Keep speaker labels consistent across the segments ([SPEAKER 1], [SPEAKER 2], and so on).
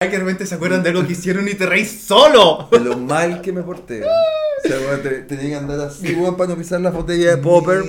[SPEAKER 1] Ay, que de repente se acuerdan de algo que hicieron y te reís solo.
[SPEAKER 2] De lo mal que me porté. weón. O sea, weón, te- tenía que andar así, weón, para no pisar la botella de popper.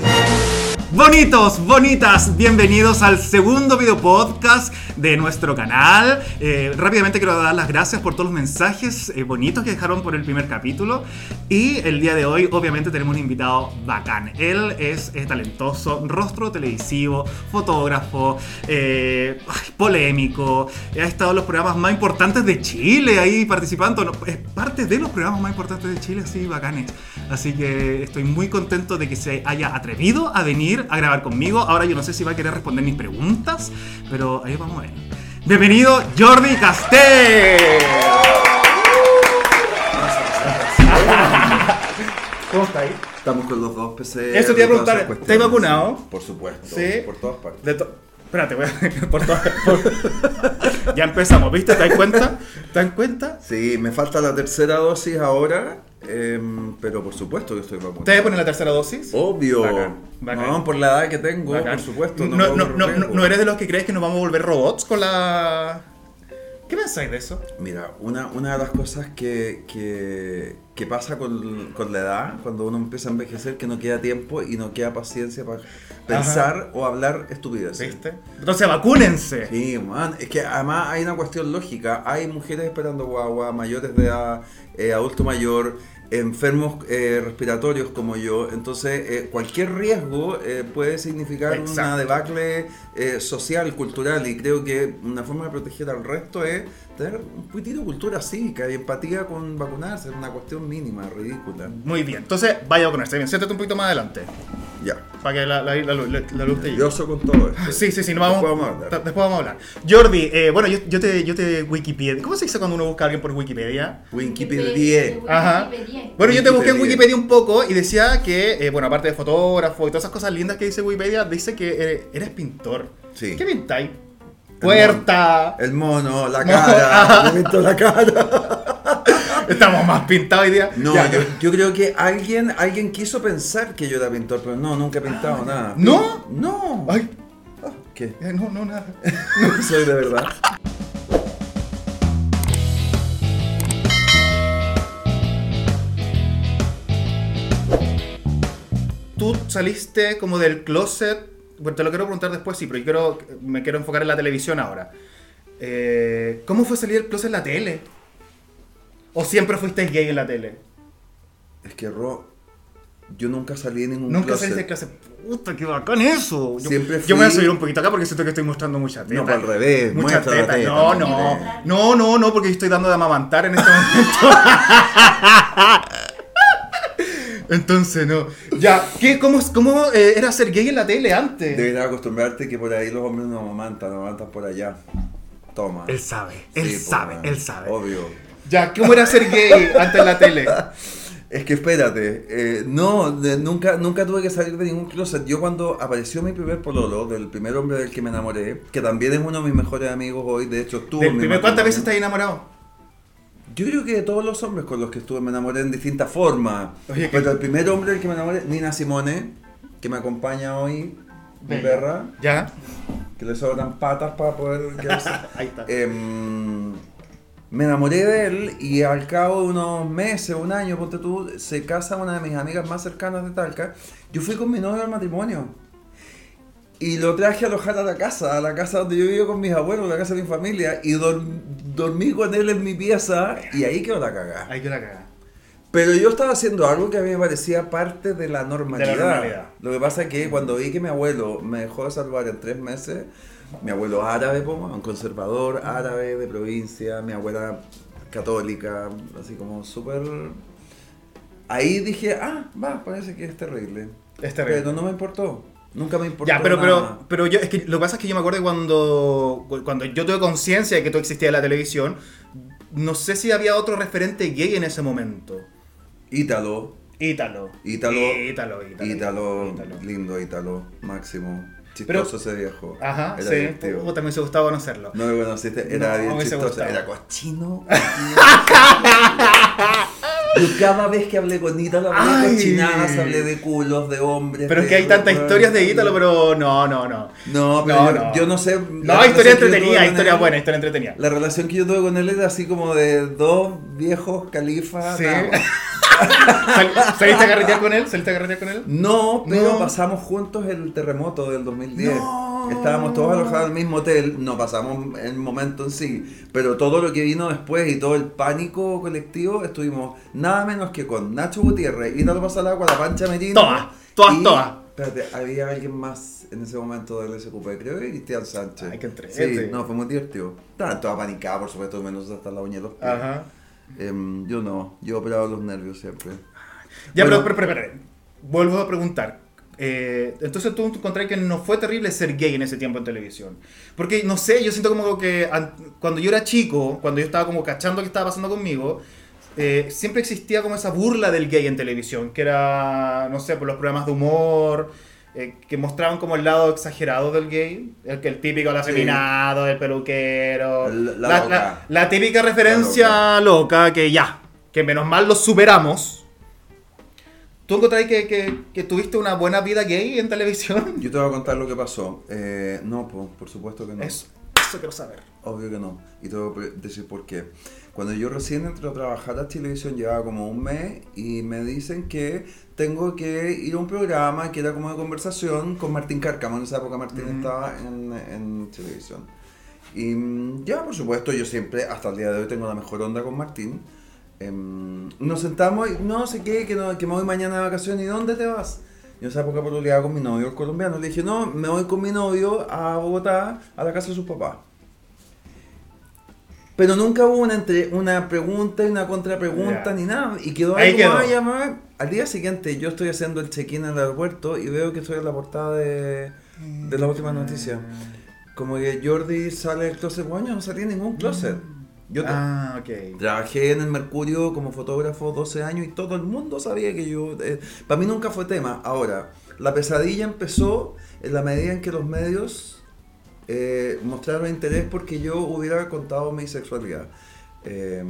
[SPEAKER 1] Bonitos, bonitas, bienvenidos al segundo video podcast de nuestro canal. Eh, rápidamente quiero dar las gracias por todos los mensajes eh, bonitos que dejaron por el primer capítulo. Y el día de hoy, obviamente, tenemos un invitado bacán. Él es, eh, talentoso, rostro televisivo, fotógrafo, eh, ay, polémico. Ha estado en los programas más importantes de Chile ahí participando. No, es parte de los programas más importantes de Chile, así bacanes. Así que estoy muy contento de que se haya atrevido a venir a grabar conmigo. Ahora yo no sé si va a querer responder mis preguntas, pero ahí vamos a ver. Bienvenido Jordi Castel. ¿Cómo está ahí?
[SPEAKER 2] Estamos con los dos PC.
[SPEAKER 1] Eso te iba a preguntar, ¿estás vacunado?
[SPEAKER 2] Por supuesto.
[SPEAKER 1] Sí.
[SPEAKER 2] Por todas partes.
[SPEAKER 1] De to- Espérate, voy a... por todo- por- Ya empezamos, ¿viste? ¿Te das cuenta? ¿Te das cuenta?
[SPEAKER 2] Sí, me falta la tercera dosis ahora. em, pero por supuesto que estoy vacunado.
[SPEAKER 1] ¿Te vas a poner la tercera dosis?
[SPEAKER 2] Obvio.
[SPEAKER 1] Bacán, bacán.
[SPEAKER 2] No, por la edad que tengo,
[SPEAKER 1] Bacán.
[SPEAKER 2] Oh, por supuesto.
[SPEAKER 1] No, no,
[SPEAKER 2] puedo
[SPEAKER 1] no,
[SPEAKER 2] correr,
[SPEAKER 1] no-
[SPEAKER 2] po.
[SPEAKER 1] no eres de los que crees que nos vamos a volver robots con la. ¿Qué pensáis de eso?
[SPEAKER 2] Mira, una, una de las cosas que, que, que pasa con, con la edad, cuando uno empieza a envejecer, que no queda tiempo y no queda paciencia para pensar o hablar estupideces.
[SPEAKER 1] ¿Viste? Entonces vacúnense.
[SPEAKER 2] Sí, man, es que además hay una cuestión lógica. Hay mujeres esperando guagua, mayores de edad, eh, adulto mayor, enfermos eh, respiratorios como yo. Entonces, eh, cualquier riesgo eh, puede significar
[SPEAKER 1] Exacto.
[SPEAKER 2] una debacle eh, social, cultural. Y creo que una forma de proteger al resto es tener un poquitito de cultura cívica y empatía con vacunarse. Es una cuestión mínima, ridícula.
[SPEAKER 1] Muy bien, entonces vaya a vacunarse. Bien, siéntate un poquito más adelante
[SPEAKER 2] Ya.
[SPEAKER 1] para que la, la, la, la- la luz te llegue. Ah,
[SPEAKER 2] Nervioso con todo esto.
[SPEAKER 1] Sí, sí, sí, no vamos,
[SPEAKER 2] Después vamos a hablar.
[SPEAKER 1] ta- después vamos a hablar. Jordi, eh, bueno, yo, yo te, yo te Wikipedia. ¿Cómo se dice cuando uno busca a alguien por Wikipedia?
[SPEAKER 2] Wikipedia.
[SPEAKER 1] Ajá. Bueno, yo te busqué en Wikipedia
[SPEAKER 2] Wikipedia.
[SPEAKER 1] un poco y decía que, eh, bueno, aparte de fotógrafo y todas esas cosas lindas que dice Wikipedia, dice que eh, eres pintor.
[SPEAKER 2] Sí. Eh.
[SPEAKER 1] ¿Qué pintáis? Puerta.
[SPEAKER 2] El mono, la
[SPEAKER 1] Mono,
[SPEAKER 2] cara, me pintó la cara.
[SPEAKER 1] Estamos más pintados hoy día.
[SPEAKER 2] No,
[SPEAKER 1] Ya.
[SPEAKER 2] yo, yo creo que alguien, alguien quiso pensar que yo era pintor, pero no, nunca he pintado nada.
[SPEAKER 1] ¿No?
[SPEAKER 2] No.
[SPEAKER 1] Ay,
[SPEAKER 2] ¿Qué?
[SPEAKER 1] eh, no, no, nada.
[SPEAKER 2] Soy de verdad.
[SPEAKER 1] Tú saliste como del closet. Bueno, te lo quiero preguntar después, sí, pero yo quiero, me quiero enfocar en la televisión ahora. Eh, ¿Cómo fue salir del closet en la tele? ¿O siempre fuiste gay en la tele?
[SPEAKER 2] Es que Ro, yo nunca salí de ningún
[SPEAKER 1] Nunca
[SPEAKER 2] closet.
[SPEAKER 1] saliste del closet. Puta, qué bacán eso. Yo,
[SPEAKER 2] Siempre
[SPEAKER 1] yo me voy a
[SPEAKER 2] fui-
[SPEAKER 1] subir un poquito acá porque siento que estoy mostrando mucha teta.
[SPEAKER 2] No, al revés,
[SPEAKER 1] Mucha
[SPEAKER 2] muestra la
[SPEAKER 1] teta.
[SPEAKER 2] teta,
[SPEAKER 1] No,
[SPEAKER 2] muestra
[SPEAKER 1] no.
[SPEAKER 2] la teta.
[SPEAKER 1] No, no, no, porque yo estoy dando de amamantar en este momento. Entonces, no. Ya, ¿qué, ¿cómo, cómo eh, era ser gay en la tele antes?
[SPEAKER 2] Deberías acostumbrarte que por ahí los hombres no amantan, no amantan por allá. Toma.
[SPEAKER 1] Él sabe, él
[SPEAKER 2] Sí, pues, Oh. po,
[SPEAKER 1] sabe,
[SPEAKER 2] man.
[SPEAKER 1] él sabe.
[SPEAKER 2] Obvio.
[SPEAKER 1] Ya, ¿cómo era ser gay antes en la tele?
[SPEAKER 2] Es que espérate, eh, no, de- nunca, nunca tuve que salir de ningún closet. Yo cuando apareció mi primer pololo, del primer hombre del que me enamoré, que también es uno de mis mejores amigos hoy, de hecho estuvo
[SPEAKER 1] Del
[SPEAKER 2] en mi
[SPEAKER 1] primer- ¿Cuántas veces
[SPEAKER 2] matrimonio.
[SPEAKER 1] estás enamorado?
[SPEAKER 2] Yo creo que de todos los hombres con los que estuve me enamoré en distintas formas.
[SPEAKER 1] Oye, que-
[SPEAKER 2] Pero el primer hombre del que me enamoré, Nina Simone, que me acompaña hoy, mi perra,
[SPEAKER 1] Ya.
[SPEAKER 2] que le sobran patas para poder quedarse.
[SPEAKER 1] Ahí está.
[SPEAKER 2] Em, me enamoré de él y al cabo de unos meses, un año, ponte tú, se casa una de mis amigas más cercanas de Talca. Yo fui con mi novio al matrimonio. Y lo traje a alojar a la casa, a la casa donde yo vivo con mis abuelos, la casa de mi familia. Y dorm- dormí con él en mi pieza y ahí quedó la cagada.
[SPEAKER 1] Ahí que la cagada.
[SPEAKER 2] Pero yo estaba haciendo algo que a mí me parecía parte de la normalidad.
[SPEAKER 1] De la normalidad.
[SPEAKER 2] Lo que pasa es que cuando vi que mi abuelo me dejó de salvar en tres meses, mi abuelo árabe, po, un conservador árabe de provincia, mi abuela católica, así como súper... Ahí dije, ah, va, parece que es terrible.
[SPEAKER 1] Es terrible.
[SPEAKER 2] Pero no me importó. Nunca me importó.
[SPEAKER 1] Ya, pero, pero,
[SPEAKER 2] nada.
[SPEAKER 1] pero yo, es que lo que pasa es que yo me acuerdo que cuando, cuando yo tuve conciencia de que tú existías en la televisión, no sé si había otro referente gay en ese momento.
[SPEAKER 2] Ítalo,
[SPEAKER 1] Ítalo.
[SPEAKER 2] Ítalo,
[SPEAKER 1] Ítalo, Ítalo.
[SPEAKER 2] Ítalo,
[SPEAKER 1] Ítalo.
[SPEAKER 2] lindo Ítalo, máximo. Chistoso ese viejo.
[SPEAKER 1] Ajá,
[SPEAKER 2] Era
[SPEAKER 1] sí.
[SPEAKER 2] divertido.
[SPEAKER 1] Puta, me hubiese gustado conocerlo.
[SPEAKER 2] No me conociste, este era
[SPEAKER 1] No,
[SPEAKER 2] bien
[SPEAKER 1] me hubiese
[SPEAKER 2] chistoso,
[SPEAKER 1] gustado.
[SPEAKER 2] era cochino. Yo cada vez que hablé con Ítalo, hablé
[SPEAKER 1] Ay.
[SPEAKER 2] de cochinadas, hablé de culos, de hombres.
[SPEAKER 1] Pero es
[SPEAKER 2] de-
[SPEAKER 1] que hay tantas
[SPEAKER 2] de-
[SPEAKER 1] historias de Ítalo, pero no, no, no.
[SPEAKER 2] No,
[SPEAKER 1] No,
[SPEAKER 2] pero yo,
[SPEAKER 1] no.
[SPEAKER 2] yo no sé.
[SPEAKER 1] No, historia entretenida, historia
[SPEAKER 2] historias
[SPEAKER 1] buena, historia entretenida.
[SPEAKER 2] La relación que yo tuve con él era así como de dos viejos califas.
[SPEAKER 1] Sí.
[SPEAKER 2] nada más.
[SPEAKER 1] Sal- ¿Saliste a carretear con él? ¿Saliste a carretear con él?
[SPEAKER 2] No, pero
[SPEAKER 1] No.
[SPEAKER 2] pasamos juntos el terremoto del 2010.
[SPEAKER 1] No.
[SPEAKER 2] Estábamos todos alojados en el mismo hotel, no pasamos el momento en sí, pero todo lo que vino después y todo el pánico colectivo, estuvimos nada menos que con Nacho Gutiérrez, Ítalo Pasalagua, La Pancha Merino.
[SPEAKER 1] Todas, todas,
[SPEAKER 2] y-
[SPEAKER 1] todas.
[SPEAKER 2] Espérate, había alguien más en ese momento del SQP, creo que Cristian Sánchez.
[SPEAKER 1] Ay, qué entrete.
[SPEAKER 2] Sí, no, fue muy divertido. Estaban todas panicadas, por supuesto, menos hasta la uña de los pies.
[SPEAKER 1] Ajá.
[SPEAKER 2] Em, yo no, yo operaba los nervios siempre.
[SPEAKER 1] Ya,
[SPEAKER 2] Bueno.
[SPEAKER 1] pero, pero, pero, pero, vuelvo a preguntar. Eh, entonces tú encontrás que no fue terrible ser gay en ese tiempo en televisión. Porque, no sé, yo siento como que an- cuando yo era chico, cuando yo estaba como cachando qué estaba pasando conmigo, eh, siempre existía como esa burla del gay en televisión, que era, no sé, por los programas de humor, eh, que mostraban como el lado exagerado del gay, el, que el típico, el afeminado, el peluquero,
[SPEAKER 2] La- la loca.
[SPEAKER 1] la típica referencia loca. que ya, que menos mal lo superamos. ¿Tú encontrás que, que- que tuviste una buena vida gay en televisión?
[SPEAKER 2] Yo te voy a contar lo que pasó. Eh, no, po, por supuesto que no.
[SPEAKER 1] Eso, eso quiero saber.
[SPEAKER 2] Obvio que no. Y te voy a decir por qué. Cuando yo recién entré a trabajar a televisión llevaba como un mes y me dicen que tengo que ir a un programa que era como de conversación con Martín Cárcamo. En esa época Martín estaba en, en televisión. Y mm, ya, por supuesto, yo siempre, hasta el día de hoy, tengo la mejor onda con Martín. Em, nos sentamos y no sé qué, que, no- que me voy mañana de vacaciones. ¿Y dónde te vas? Yo en esa época pololeaba con mi novio, el colombiano. Le dije, no, me voy con mi novio a Bogotá, a la casa de sus papás. Pero nunca hubo una, entre, una pregunta y una contrapregunta
[SPEAKER 1] Ya.
[SPEAKER 2] ni nada. Y quedó
[SPEAKER 1] Ahí
[SPEAKER 2] ahí como,
[SPEAKER 1] quedó.
[SPEAKER 2] "Ay, mamá". Al día siguiente yo estoy haciendo el check-in en el aeropuerto y veo que estoy en la portada de, de la última noticia.
[SPEAKER 1] Mm.
[SPEAKER 2] Como que Jordi sale del closet. Bueno, yo no salí en ningún closet. Yo te-
[SPEAKER 1] Ah, ok.
[SPEAKER 2] Trabajé en el Mercurio como fotógrafo 12 años y todo el mundo sabía que yo... eh, para mí nunca fue tema. Ahora, la pesadilla empezó en la medida en que los medios eh, mostraron interés porque yo hubiera contado mi sexualidad. Eh,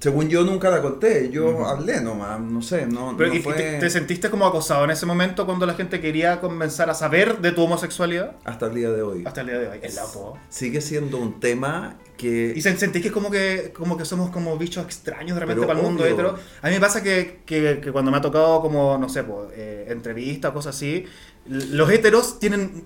[SPEAKER 2] según yo nunca la conté, yo hablé nomás, no sé, no,
[SPEAKER 1] Pero,
[SPEAKER 2] no
[SPEAKER 1] ¿y- y
[SPEAKER 2] fue...
[SPEAKER 1] te, te sentiste como acosado en ese momento cuando la gente quería comenzar a saber de tu homosexualidad?
[SPEAKER 2] Hasta el día de hoy.
[SPEAKER 1] Hasta el día de hoy. Es loco.
[SPEAKER 2] Sigue siendo un tema que...
[SPEAKER 1] Y sen- sentís que es como que, como que somos como bichos extraños de repente
[SPEAKER 2] Pero
[SPEAKER 1] para el mundo
[SPEAKER 2] obvio.
[SPEAKER 1] hetero. A mí me pasa que, que- que cuando me ha tocado como, no sé, po, eh, entrevistas, cosas así, l- los heteros tienen,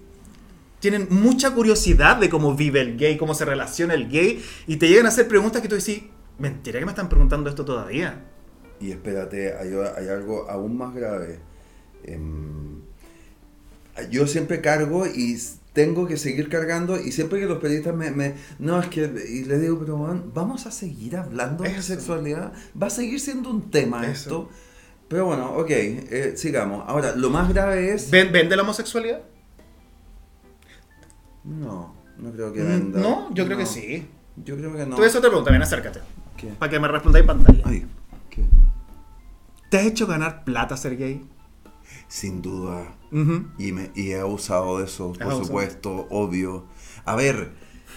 [SPEAKER 1] tienen mucha curiosidad de cómo vive el gay, cómo se relaciona el gay, y te llegan a hacer preguntas que tú decís, mentira que me están preguntando esto todavía.
[SPEAKER 2] Y espérate, hay, hay algo aún más grave. Em, yo siempre cargo y s- tengo que seguir cargando y siempre que los periodistas me... me- no, es que... Y les digo, pero weón, vamos a seguir hablando de
[SPEAKER 1] Eso.
[SPEAKER 2] sexualidad. Va a seguir siendo un tema
[SPEAKER 1] Eso.
[SPEAKER 2] esto. Pero bueno, ok, eh, sigamos. Ahora, lo más grave es...
[SPEAKER 1] ¿Ven, ¿Vende la homosexualidad?
[SPEAKER 2] no, no creo que venda.
[SPEAKER 1] Mm, No, yo creo que
[SPEAKER 2] No,
[SPEAKER 1] sí.
[SPEAKER 2] Yo creo que no.
[SPEAKER 1] Tú eso te pregunta, ven, acércate.
[SPEAKER 2] ¿Qué?
[SPEAKER 1] Para que me respondáis en pantalla.
[SPEAKER 2] Ay, ¿qué?
[SPEAKER 3] ¿Te has hecho ganar plata ser gay?
[SPEAKER 2] Sin duda.
[SPEAKER 3] Ujú.
[SPEAKER 2] Y, me, y he abusado de eso, por
[SPEAKER 1] abusado.
[SPEAKER 2] supuesto, obvio. A ver,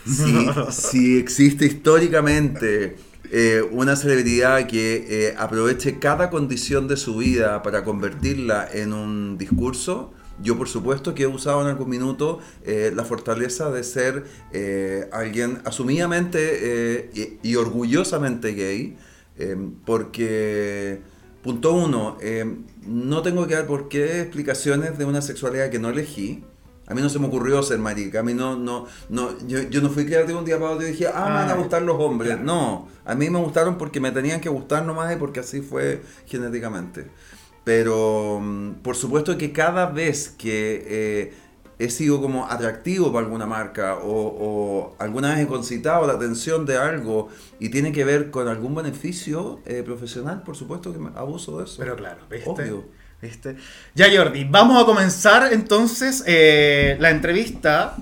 [SPEAKER 2] si, si existe históricamente eh, una celebridad que eh, aproveche cada condición de su vida para convertirla en un discurso, yo por supuesto que he usado en algún minuto eh, la fortaleza de ser eh, alguien asumidamente eh, y, y orgullosamente gay, eh, porque... Punto uno, eh, no tengo que dar por qué explicaciones de una sexualidad que no elegí. A mí no se me ocurrió ser marica, a mí no, no, no, yo, yo no fui creativo un día para otro y dije, ah, me van a
[SPEAKER 1] Ah,
[SPEAKER 2] gustar los hombres.
[SPEAKER 1] claro.
[SPEAKER 2] No, a mí me gustaron porque me tenían que gustar nomás y porque así fue genéticamente. Pero mm, por supuesto que cada vez que eh, he sido como atractivo para alguna marca o, o alguna vez he concitado la atención de algo y tiene que ver con algún beneficio eh, profesional, por supuesto que me abuso de eso.
[SPEAKER 1] Pero claro, ¿viste?
[SPEAKER 2] Obvio.
[SPEAKER 1] ¿Viste? Ya, Jordi, vamos a comenzar entonces eh, la entrevista.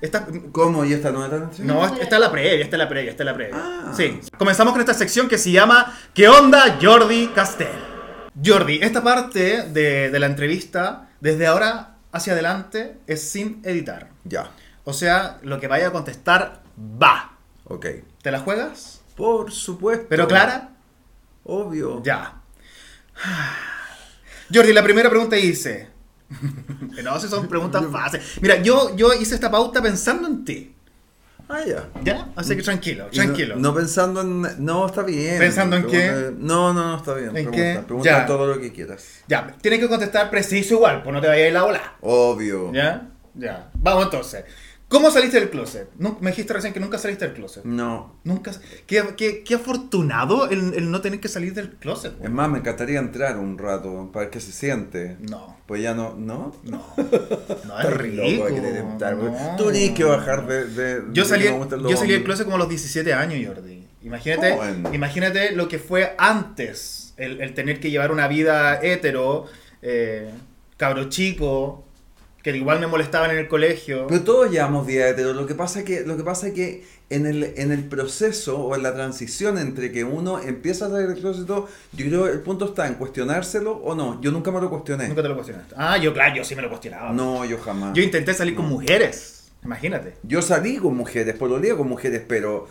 [SPEAKER 1] Esta,
[SPEAKER 2] ¿Cómo? ¿Y esta no era tan atractiva?
[SPEAKER 1] no, esta es la previa, esta es la previa, esta es la previa.
[SPEAKER 2] Ah.
[SPEAKER 1] Sí. Comenzamos con esta sección que se llama ¿Qué onda, Jordi Castel? Jordi, esta parte de, de la entrevista, desde ahora hacia adelante, es sin editar.
[SPEAKER 2] Ya,
[SPEAKER 1] O sea, lo que vaya a contestar va.
[SPEAKER 2] ok.
[SPEAKER 1] ¿Te la juegas?
[SPEAKER 2] Por supuesto.
[SPEAKER 1] ¿Pero clara?
[SPEAKER 2] Obvio.
[SPEAKER 1] Ya. Jordi, la primera pregunta hice. no, si son preguntas fáciles. Mira, yo, yo hice esta pauta pensando en ti.
[SPEAKER 2] Ah, ya.
[SPEAKER 1] ¿Ya? Así que tranquilo,
[SPEAKER 2] Y no-
[SPEAKER 1] tranquilo.
[SPEAKER 2] No, pensando en. No, está bien.
[SPEAKER 1] ¿Pensando en
[SPEAKER 2] Pregunta- No, no, no, está bien.
[SPEAKER 1] ¿En
[SPEAKER 2] pregunta,
[SPEAKER 1] qué?
[SPEAKER 2] pregunta
[SPEAKER 1] Ya.
[SPEAKER 2] todo lo que quieras.
[SPEAKER 1] Ya, tienes que contestar preciso igual, pues no te vayas a ir la ola.
[SPEAKER 2] Obvio.
[SPEAKER 1] ¿Ya? Ya. Vamos entonces. ¿Cómo saliste del closet? Nu- me dijiste recién que nunca saliste del closet.
[SPEAKER 2] No.
[SPEAKER 1] Nunca. sa- Qué, qué- qué afortunado el, el no tener que salir del closet. pues.
[SPEAKER 2] Es más, me encantaría entrar un rato para ver qué se siente.
[SPEAKER 1] No.
[SPEAKER 2] Pues ya no. ¿No?
[SPEAKER 1] No, no es rico. no.
[SPEAKER 2] pues. Tú tienes que bajar de. de-
[SPEAKER 1] Yo
[SPEAKER 2] de
[SPEAKER 1] salí,
[SPEAKER 2] que me gustan los
[SPEAKER 1] yo salí del
[SPEAKER 2] hombres.
[SPEAKER 1] closet como a los 17 años, Jordi. Imagínate,
[SPEAKER 2] Joven.
[SPEAKER 1] imagínate lo que fue antes el, el tener que llevar una vida hetero, eh, cabro chico, que igual me molestaban en el colegio.
[SPEAKER 2] Pero todos llevamos vida hetero. Lo que pasa es que, lo que, pasa es que en, el, en el proceso o en la transición entre que uno empieza a salir del closet y todo, yo creo que el punto está en cuestionárselo o no. Yo nunca me lo cuestioné.
[SPEAKER 1] Nunca te lo cuestionaste. Ah, yo, claro, yo sí me lo cuestionaba.
[SPEAKER 2] No, yo jamás.
[SPEAKER 1] Yo intenté salir con
[SPEAKER 2] No.
[SPEAKER 1] mujeres, imagínate.
[SPEAKER 2] Yo salí con mujeres, pololeé con mujeres, pero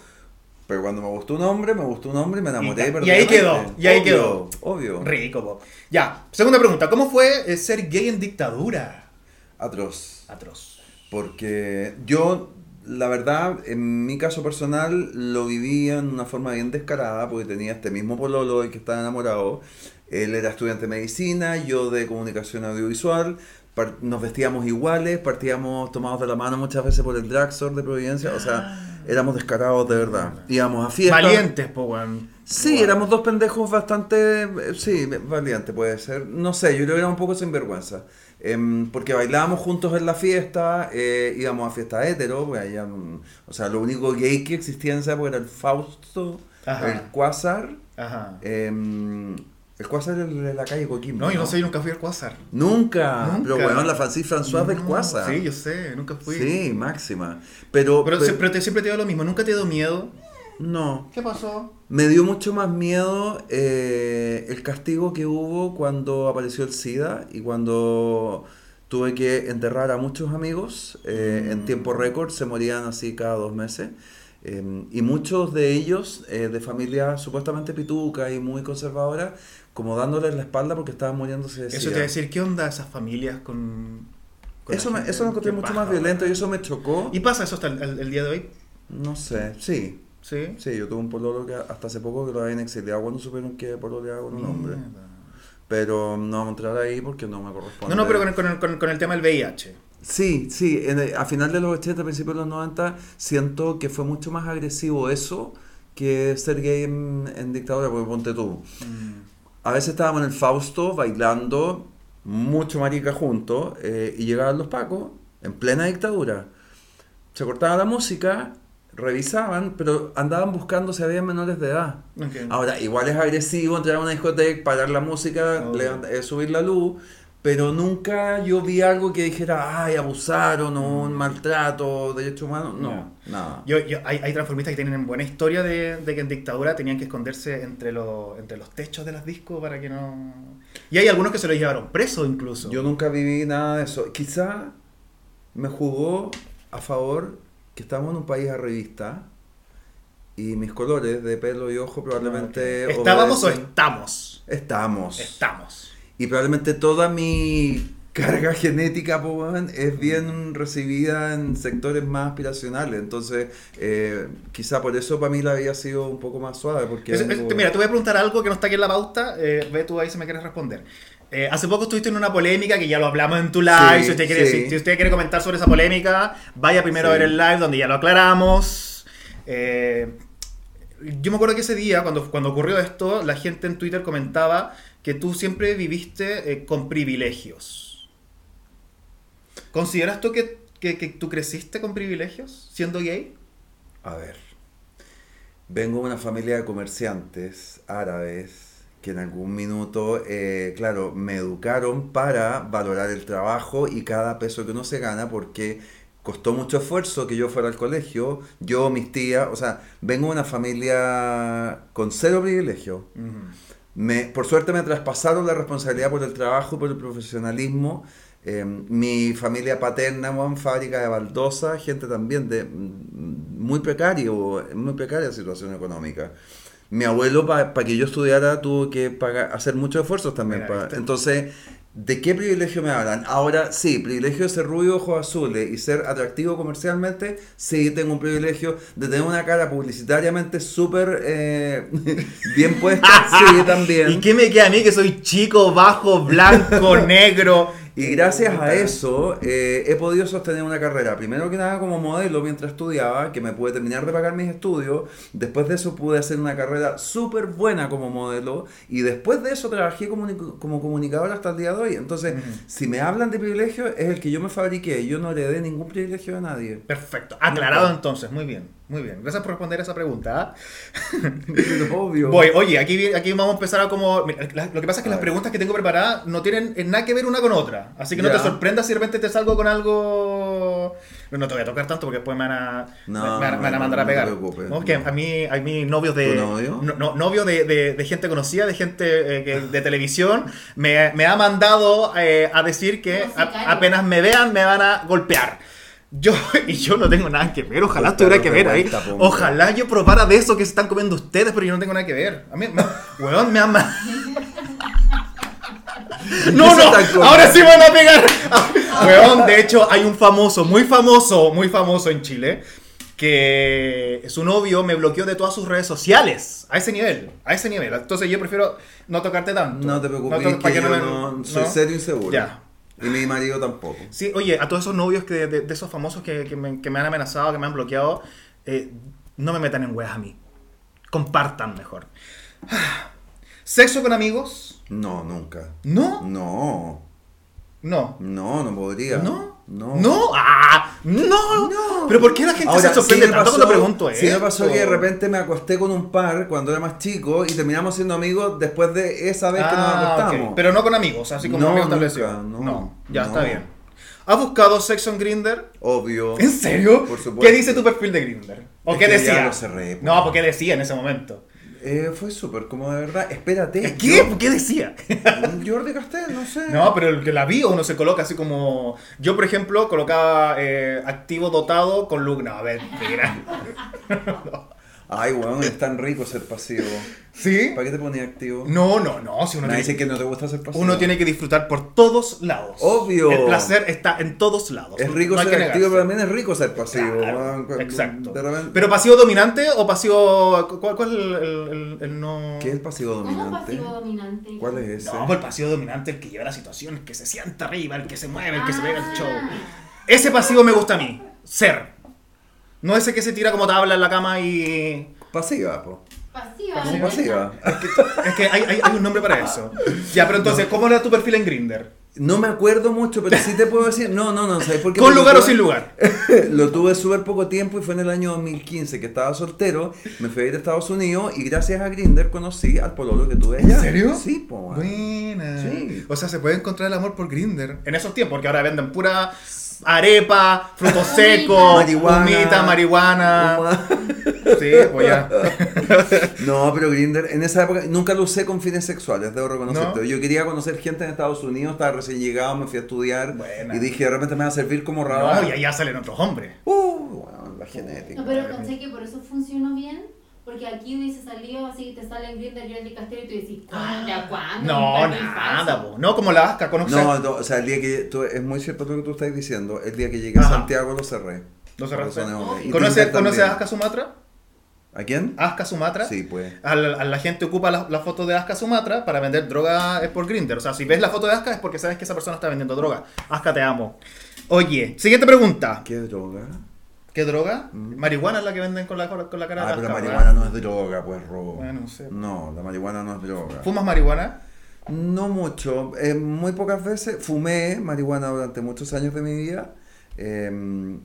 [SPEAKER 2] pero cuando me gustó un hombre, me gustó un hombre y me enamoré.
[SPEAKER 1] Y- y
[SPEAKER 2] perdidamente.
[SPEAKER 1] ahí quedó, y ahí
[SPEAKER 2] Obvio,
[SPEAKER 1] quedó.
[SPEAKER 2] Obvio.
[SPEAKER 1] Rico, po. Ya, segunda pregunta. ¿Cómo fue eh, ser gay en dictadura?
[SPEAKER 2] Atroz.
[SPEAKER 1] Atroz.
[SPEAKER 2] Porque yo, la verdad, en mi caso personal, lo vivía en una forma bien descarada, porque tenía este mismo pololo del que estaba enamorado. Él era estudiante de medicina, yo de comunicación audiovisual. par- Nos vestíamos iguales, partíamos tomados de la mano muchas veces por el dragstore de Providencia. O sea, éramos descarados de verdad. Íbamos a fiestas.
[SPEAKER 1] Valientes, po, weón.
[SPEAKER 2] Sí,
[SPEAKER 1] Weón.
[SPEAKER 2] éramos dos pendejos bastante, eh, sí, valiente puede ser. No sé, yo creo que era un poco sinvergüenza. Em, porque bailábamos juntos en la fiesta, eh, íbamos a fiesta hetero, pues allá, mm, o sea, lo único gay que existía en esa época era el Fausto,
[SPEAKER 1] Ajá.
[SPEAKER 2] el Quasar.
[SPEAKER 1] Ajá.
[SPEAKER 2] em, el Quasar es el de la calle Coquimbo.
[SPEAKER 1] No, yo no sé, yo nunca fui al Quasar.
[SPEAKER 2] Nunca,
[SPEAKER 1] Nunca.
[SPEAKER 2] pero bueno, la Francis François del
[SPEAKER 1] No,
[SPEAKER 2] Quasar.
[SPEAKER 1] Sí, yo sé, nunca fui.
[SPEAKER 2] Sí, máxima. Pero,
[SPEAKER 1] Pero,
[SPEAKER 2] pe-
[SPEAKER 1] se- pero te- siempre te dio lo mismo, nunca te dio miedo.
[SPEAKER 2] no,
[SPEAKER 1] ¿Qué pasó?
[SPEAKER 2] Me dio mucho más miedo eh, el castigo que hubo cuando apareció el SIDA y cuando tuve que enterrar a muchos amigos eh,
[SPEAKER 1] Mm.
[SPEAKER 2] en tiempo récord, se morían así cada dos meses. Eh, y muchos de ellos, eh, de familia supuestamente pituca y muy conservadora, como dándoles la espalda porque estaban muriéndose de
[SPEAKER 1] Eso te
[SPEAKER 2] SIDA.
[SPEAKER 1] iba a decir, ¿qué onda esas familias con. con
[SPEAKER 2] Eso
[SPEAKER 1] la
[SPEAKER 2] me,
[SPEAKER 1] gente?
[SPEAKER 2] eso lo encontré
[SPEAKER 1] Qué
[SPEAKER 2] mucho
[SPEAKER 1] paja,
[SPEAKER 2] más violento y
[SPEAKER 1] weón.
[SPEAKER 2] eso me chocó.
[SPEAKER 1] ¿Y pasa eso hasta el, el- el día de hoy?
[SPEAKER 2] No sé, sí.
[SPEAKER 1] Sí.
[SPEAKER 2] Sí, yo tuve un pololo que hasta hace poco que lo habían exiliado cuando supieron que pololeaba con un hombre.
[SPEAKER 1] Mierda.
[SPEAKER 2] Pero no vamos a entrar ahí porque no me corresponde.
[SPEAKER 1] No, no, pero con el, con el- con el- con el tema del VIH.
[SPEAKER 2] Sí, sí, en el- a final de los 80, principios de los 90, siento que fue mucho más agresivo eso que ser gay en, en dictadura, porque ponte tú. A veces estábamos en el Fausto bailando, mucho marica juntos, eh, y llegaban los pacos en plena dictadura. Se cortaba la música, revisaban, pero andaban buscando si había menores de edad.
[SPEAKER 1] Ok.
[SPEAKER 2] Ahora, igual es agresivo entrar a una discoteca, parar la música,
[SPEAKER 1] Obvio.
[SPEAKER 2] levant- eh, subir la luz, pero nunca yo vi algo que dijera, ay, abusaron o un maltrato, derecho humano. Mm. No, nada.
[SPEAKER 1] Yo, yo- hay, hay transformistas que tienen buena historia de, de que en dictadura tenían que esconderse entre, los entre los techos de las discos para que no. Y hay algunos que se los llevaron preso incluso.
[SPEAKER 2] Yo nunca viví nada de eso. Quizá me jugó a favor que estamos en un país a revista y mis colores de pelo y ojo probablemente...
[SPEAKER 1] ¿Estábamos o
[SPEAKER 2] obedecen-
[SPEAKER 1] estamos?
[SPEAKER 2] Ah, Estamos.
[SPEAKER 1] Estamos.
[SPEAKER 2] Y probablemente toda mi carga genética po, weón, es bien recibida en sectores más aspiracionales. Entonces, eh, quizá por eso para mí la había sido un poco más suave. Porque
[SPEAKER 1] Es- es-
[SPEAKER 2] vengo-
[SPEAKER 1] mira, te voy a preguntar algo que no está aquí en la pauta. eh, ve tú ahí si me quieres responder. Eh, hace poco estuviste en una polémica que ya lo hablamos en tu live.
[SPEAKER 2] Sí,
[SPEAKER 1] si, usted quiere,
[SPEAKER 2] sí.
[SPEAKER 1] si- si usted quiere comentar sobre esa polémica, vaya primero a
[SPEAKER 2] Sí.
[SPEAKER 1] ver el live donde ya lo aclaramos. Eh, yo me acuerdo que ese día, cuando, cuando ocurrió esto, la gente en Twitter comentaba que tú siempre viviste eh, con privilegios. ¿Consideras tú que, que- que tú creciste con privilegios siendo gay?
[SPEAKER 2] A ver, vengo de una familia de comerciantes árabes que en algún minuto, eh, claro, me educaron para valorar el trabajo y cada peso que uno se gana porque costó mucho esfuerzo que yo fuera al colegio, yo, mis tías, o sea, vengo de una familia con cero privilegio. Me- por suerte me traspasaron la responsabilidad por el trabajo y por el profesionalismo. Eh, mi familia paterna, weón, fábrica de baldosa, gente también de mm, muy precario, muy precaria situación económica. Mi abuelo, para que yo estudiara, tuvo que pagar, hacer muchos esfuerzos también.
[SPEAKER 1] Mira,
[SPEAKER 2] pa-
[SPEAKER 1] ¿viste?
[SPEAKER 2] entonces, ¿de qué privilegio me hablan? Ahora, sí, privilegio de ser rubio, ojos azules y ser atractivo comercialmente, sí, tengo un privilegio de tener una cara publicitariamente súper eh, bien puesta, sí, también.
[SPEAKER 1] Ah, ¿Y qué me queda a mí que soy chico, bajo, blanco, negro?
[SPEAKER 2] Y gracias a eso eh, he podido sostener una carrera. Primero que nada como modelo mientras estudiaba, que me pude terminar de pagar mis estudios. Después de eso pude hacer una carrera súper buena como modelo. Y después de eso trabajé comuni- como comunicador hasta el día de hoy. Entonces, si me hablan de privilegio, es el que yo me fabriqué. Yo no le dé ningún privilegio a nadie.
[SPEAKER 1] Perfecto, aclarado entonces, muy bien, muy bien. Gracias por responder a esa pregunta. ¿ah?
[SPEAKER 2] Pero obvio.
[SPEAKER 1] Voy, oye, aquí, vi- aquí vamos a empezar a como... mira, la- lo que pasa es que
[SPEAKER 2] A
[SPEAKER 1] las
[SPEAKER 2] ver.
[SPEAKER 1] preguntas que tengo preparadas no tienen eh, nada que ver una con otra. Así que no
[SPEAKER 2] Ya.
[SPEAKER 1] te sorprendas si de repente te salgo con algo... No, no te voy a tocar tanto porque después me van a,
[SPEAKER 2] No,
[SPEAKER 1] me- me van a- me van a
[SPEAKER 2] no,
[SPEAKER 1] mandar a
[SPEAKER 2] no te
[SPEAKER 1] pegar.
[SPEAKER 2] preocupes.
[SPEAKER 1] No, que a mí, a mí novios de...
[SPEAKER 2] ¿Tu novio?
[SPEAKER 1] No, no, novio de, de- de gente conocida, de gente eh, que- de televisión, me, me ha mandado eh, a decir que
[SPEAKER 4] Como
[SPEAKER 1] a-
[SPEAKER 4] sicario.
[SPEAKER 1] apenas me vean me van a golpear. Yo, y yo no tengo nada que ver, ojalá
[SPEAKER 2] Puta,
[SPEAKER 1] tuviera
[SPEAKER 2] no
[SPEAKER 1] que
[SPEAKER 2] te
[SPEAKER 1] ver ahí.
[SPEAKER 2] cuenta, po,
[SPEAKER 1] Ojalá Ojalá yo probara de eso que se están comiendo ustedes, pero yo no tengo nada que ver. A mí, me, weón, me ama. No,
[SPEAKER 2] ¿Qué se
[SPEAKER 1] no,
[SPEAKER 2] están comiendo?
[SPEAKER 1] ahora sí van a pegar. Weón, de hecho, hay un famoso, muy famoso, muy famoso en Chile, que su novio me bloqueó de todas sus redes sociales. A ese nivel, a ese nivel. Entonces yo prefiero no tocarte tanto.
[SPEAKER 2] No te preocupes,
[SPEAKER 1] to-
[SPEAKER 2] que
[SPEAKER 1] para que no
[SPEAKER 2] yo
[SPEAKER 1] me-
[SPEAKER 2] no- soy
[SPEAKER 1] ¿no?
[SPEAKER 2] serio e inseguro.
[SPEAKER 1] Ya.
[SPEAKER 2] Y mi marido tampoco.
[SPEAKER 1] Sí, oye, a todos esos novios que, de, de esos famosos que, que me, que me han amenazado, que me han bloqueado, eh, no me metan en weas a mí. Compartan mejor. ¿Sexo con amigos?
[SPEAKER 2] No, nunca.
[SPEAKER 1] No,
[SPEAKER 2] No.
[SPEAKER 1] no.
[SPEAKER 2] No, no podría.
[SPEAKER 1] ¿No?
[SPEAKER 2] No.
[SPEAKER 1] ¿No? ¡Ah! ¡No! ¿Pero por qué la gente se sorprende
[SPEAKER 2] sí me
[SPEAKER 1] tanto
[SPEAKER 2] pasó-
[SPEAKER 1] cuando pregunto ¿eh? eso?
[SPEAKER 2] Sí me pasó que de repente me acosté con un par cuando era más chico y terminamos siendo amigos después de esa vez que nos
[SPEAKER 1] Ah, ok.
[SPEAKER 2] acostamos.
[SPEAKER 1] Pero no con amigos, así como
[SPEAKER 2] No,
[SPEAKER 1] amigos
[SPEAKER 2] nunca,
[SPEAKER 1] establecidos.
[SPEAKER 2] no,
[SPEAKER 1] ya
[SPEAKER 2] no.
[SPEAKER 1] está bien. ¿Has buscado sexo en Grinder?
[SPEAKER 2] Obvio.
[SPEAKER 1] ¿En serio?
[SPEAKER 2] Por supuesto.
[SPEAKER 1] ¿Qué dice tu perfil de Grinder? ¿O
[SPEAKER 2] Es
[SPEAKER 1] qué
[SPEAKER 2] que ya
[SPEAKER 1] decía?
[SPEAKER 2] lo cerré, pues. po.
[SPEAKER 1] no, porque decía en ese momento.
[SPEAKER 2] Eh, fue súper como de verdad. Espérate.
[SPEAKER 1] ¿Qué? ¿Qué decía?
[SPEAKER 2] yo- Jordi Castel, no sé.
[SPEAKER 1] No, pero el que la vi uno se coloca así como. Yo, por ejemplo, colocaba eh, activo dotado con Lugna. a ver, mira.
[SPEAKER 2] Ay, weón, es tan rico ser pasivo.
[SPEAKER 1] ¿Sí?
[SPEAKER 2] ¿Para qué te ponía activo?
[SPEAKER 1] No, no, no. Si uno,
[SPEAKER 2] Nadie dice
[SPEAKER 1] tiene,
[SPEAKER 2] que no te gusta ser pasivo.
[SPEAKER 1] uno tiene que disfrutar por todos lados.
[SPEAKER 2] Obvio.
[SPEAKER 1] El placer está en todos lados.
[SPEAKER 2] Es rico
[SPEAKER 1] No hay que
[SPEAKER 2] ser activo, pero
[SPEAKER 1] negarse.
[SPEAKER 2] también es rico ser pasivo.
[SPEAKER 1] Claro,
[SPEAKER 2] weón. Cu-
[SPEAKER 1] Exacto.
[SPEAKER 2] de repente-
[SPEAKER 1] Pero pasivo dominante o pasivo. cu- ¿Cuál, cuál es el, el- el- el no.?
[SPEAKER 2] ¿Qué es el pasivo
[SPEAKER 4] ¿Cómo
[SPEAKER 2] dominante?
[SPEAKER 4] pasivo dominante?
[SPEAKER 2] ¿Cuál es ese?
[SPEAKER 1] No, pues el pasivo dominante, el que lleva la situación, el que se sienta arriba, el que se mueve, el que se
[SPEAKER 4] Ah.
[SPEAKER 1] pega el show. Ese pasivo me gusta a mí, ser. No ese que se tira como tabla en la cama y...
[SPEAKER 2] Pasiva, po.
[SPEAKER 4] Pasiva.
[SPEAKER 2] Como
[SPEAKER 4] ¿no?
[SPEAKER 2] pasiva.
[SPEAKER 1] Es que hay, hay- hay un nombre para eso. Ya, pero entonces, ¿cómo era tu perfil en Grinder?
[SPEAKER 2] No me acuerdo mucho, pero sí te puedo decir. No, no, no, ¿sabes por qué?
[SPEAKER 1] ¿Con
[SPEAKER 2] Porque
[SPEAKER 1] lugar o
[SPEAKER 2] tuve-
[SPEAKER 1] sin lugar?
[SPEAKER 2] Lo tuve súper poco tiempo y fue en el año 2015 que estaba soltero. Me fui a ir a Estados Unidos y gracias a Grinder conocí al pololo que tuve allá. Sí, po. weón.
[SPEAKER 1] Buena.
[SPEAKER 2] Sí.
[SPEAKER 1] O sea, se puede encontrar el amor por Grinder. En esos tiempos, porque ahora venden pura arepa, frutos secos,
[SPEAKER 2] Marihuana.
[SPEAKER 1] humita, marihuana.
[SPEAKER 2] Huma-
[SPEAKER 1] Sí, pues ya.
[SPEAKER 2] No, pero Grinder en esa época nunca lo usé con fines sexuales, debo reconocerte.
[SPEAKER 1] ¿No?
[SPEAKER 2] Yo quería conocer gente en Estados Unidos, estaba recién llegado, me fui a estudiar
[SPEAKER 1] Buena.
[SPEAKER 2] y dije, de repente me va a servir como
[SPEAKER 1] No,
[SPEAKER 2] radar.
[SPEAKER 1] y allá salen otros hombres.
[SPEAKER 2] Uh, weón, la genética.
[SPEAKER 4] No, pero pensé que por eso funcionó bien. Porque aquí hubiese salido así que te sale en Grindr Jordi Castillo y tú decís, ¿cuándo? ¿A ¿Cuándo?
[SPEAKER 1] Ah. No,
[SPEAKER 4] Un perfil
[SPEAKER 1] nada,
[SPEAKER 4] falso.
[SPEAKER 1] po. no como la Asca, conoce.
[SPEAKER 2] No, no, o sea, el día que tú- es muy cierto lo que tú estás diciendo. El día que llegué a
[SPEAKER 1] Ajá.
[SPEAKER 2] Santiago lo cerré.
[SPEAKER 1] Lo cerraste.
[SPEAKER 2] Por razones obvias. Y
[SPEAKER 1] ¿Conoce,
[SPEAKER 2] Tinder
[SPEAKER 1] conoce a
[SPEAKER 2] también.
[SPEAKER 1] Aska Sumatra?
[SPEAKER 2] ¿A quién?
[SPEAKER 1] ¿Aska Sumatra?
[SPEAKER 2] Sí, pues.
[SPEAKER 1] A la, a la gente ocupa las las fotos de Aska Sumatra para vender droga es por Grinder. O sea, si ves la foto de Aska es porque sabes que esa persona está vendiendo droga. Aska, te amo. Oye, siguiente pregunta.
[SPEAKER 2] ¿Qué droga?
[SPEAKER 1] ¿Qué droga? Marihuana es la que venden con la, con la cara
[SPEAKER 2] Ah,
[SPEAKER 1] de
[SPEAKER 2] pero la
[SPEAKER 1] Aska,
[SPEAKER 2] marihuana
[SPEAKER 1] ¿verdad?
[SPEAKER 2] no es droga, pues, robo.
[SPEAKER 1] Bueno, no sé.
[SPEAKER 2] No, la marihuana no es droga.
[SPEAKER 1] ¿Fumas marihuana?
[SPEAKER 2] No mucho, eh, muy pocas veces. Fumé marihuana durante muchos años de mi vida eh,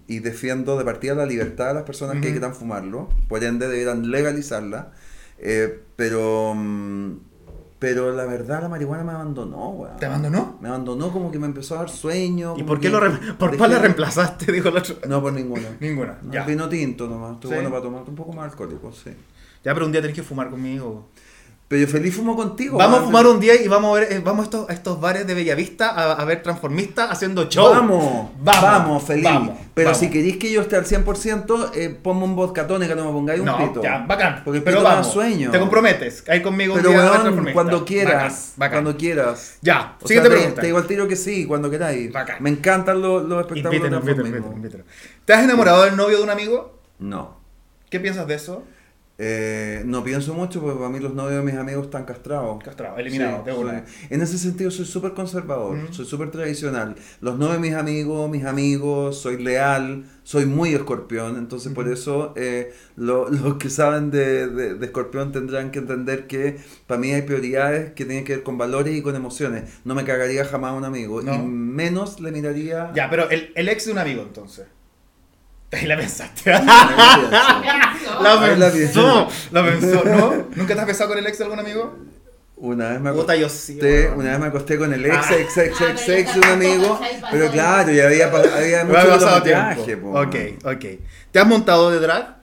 [SPEAKER 2] y defiendo de partida la libertad de las personas que
[SPEAKER 1] Ujú.
[SPEAKER 2] quieran fumarlo, por ende deberían legalizarla. eh, pero, mm, pero la verdad, la marihuana me abandonó, weón.
[SPEAKER 1] ¿Te abandonó?
[SPEAKER 2] Me abandonó como que me empezó a dar sueño.
[SPEAKER 1] ¿Y
[SPEAKER 2] como
[SPEAKER 1] por qué
[SPEAKER 2] que
[SPEAKER 1] lo re- por cuál la
[SPEAKER 2] dejé-
[SPEAKER 1] reemplazaste? Dijo el otro.
[SPEAKER 2] No, por ninguna.
[SPEAKER 1] Ninguna.
[SPEAKER 2] No,
[SPEAKER 1] Ya.
[SPEAKER 2] Vino tinto nomás, estuvo
[SPEAKER 1] Sí.
[SPEAKER 2] bueno para tomar un poco más alcohólico, sí.
[SPEAKER 1] Ya, pero un día tenés que fumar conmigo.
[SPEAKER 2] Pero yo feliz fumo contigo.
[SPEAKER 1] Vamos a
[SPEAKER 2] weón.
[SPEAKER 1] fumar un día y vamos a ver, eh, vamos a estos, a estos bares de Bellavista a, a ver transformistas haciendo show.
[SPEAKER 2] Vamos, vamos,
[SPEAKER 1] Vamos,
[SPEAKER 2] feliz.
[SPEAKER 1] vamos,
[SPEAKER 2] Pero
[SPEAKER 1] vamos.
[SPEAKER 2] si queréis que yo esté al 100%, eh, ponme un vodka tónica, no me pongáis un
[SPEAKER 1] No,
[SPEAKER 2] pito.
[SPEAKER 1] ya, bacán.
[SPEAKER 2] Porque el
[SPEAKER 1] pero
[SPEAKER 2] pito me da
[SPEAKER 1] vamos.
[SPEAKER 2] sueño.
[SPEAKER 1] Te comprometes. Ahí conmigo
[SPEAKER 2] Pero
[SPEAKER 1] un día a ver
[SPEAKER 2] weón,
[SPEAKER 1] transformistas.
[SPEAKER 2] cuando quieras,
[SPEAKER 1] Bacán, bacán.
[SPEAKER 2] cuando quieras.
[SPEAKER 1] Ya, siguiente
[SPEAKER 2] O sea, te-
[SPEAKER 1] pregunta.
[SPEAKER 2] Te digo al tiro que sí, cuando queráis.
[SPEAKER 1] Bacán.
[SPEAKER 2] Me encantan los, los espectáculos
[SPEAKER 1] Invítenos,
[SPEAKER 2] de
[SPEAKER 1] invítenos,
[SPEAKER 2] transformismo.
[SPEAKER 1] invítenos, invítenos. ¿Te has enamorado del novio de un amigo?
[SPEAKER 2] No.
[SPEAKER 1] ¿Qué piensas de eso?
[SPEAKER 2] Eh, no pienso mucho porque para mí los novios de mis amigos están castrados.
[SPEAKER 1] Castrado, eliminado,
[SPEAKER 2] Sí,
[SPEAKER 1] de una.
[SPEAKER 2] sí. En ese sentido soy súper conservador,
[SPEAKER 1] Ujú.
[SPEAKER 2] soy súper tradicional. Los novios de mis amigos, mis amigos, soy leal, soy muy escorpión, entonces por eso eh, lo- los que saben de, de- de escorpión tendrán que entender que para mí hay prioridades que tienen que ver con valores y con emociones. No me cagaría jamás a un amigo
[SPEAKER 1] No.
[SPEAKER 2] y menos le miraría...
[SPEAKER 1] Ya, pero el, el ex de un amigo entonces. Ahí la pensaste. ¿ah? La
[SPEAKER 2] Ahí la
[SPEAKER 1] pensó. La pensó. ¿No? ¿Nunca te has besado con el ex de algún amigo?
[SPEAKER 2] Una vez me
[SPEAKER 1] Puta, yo sí,
[SPEAKER 2] acosté,
[SPEAKER 1] weón.
[SPEAKER 2] una vez me acosté con el ex,
[SPEAKER 1] Ah.
[SPEAKER 2] ex, ex,
[SPEAKER 4] Ah,
[SPEAKER 2] ex,
[SPEAKER 4] pero
[SPEAKER 2] ex
[SPEAKER 4] ya
[SPEAKER 2] de un
[SPEAKER 4] pasó,
[SPEAKER 2] amigo,
[SPEAKER 4] ¿cachai? Pasó
[SPEAKER 2] pero
[SPEAKER 4] ya.
[SPEAKER 2] claro, ya había, pa- había
[SPEAKER 1] Me
[SPEAKER 2] mucho
[SPEAKER 1] ha pasado
[SPEAKER 2] kilometraje,
[SPEAKER 1] tiempo.
[SPEAKER 2] po,
[SPEAKER 1] Ok,
[SPEAKER 2] weón.
[SPEAKER 1] ok. ¿Te has montado de drag?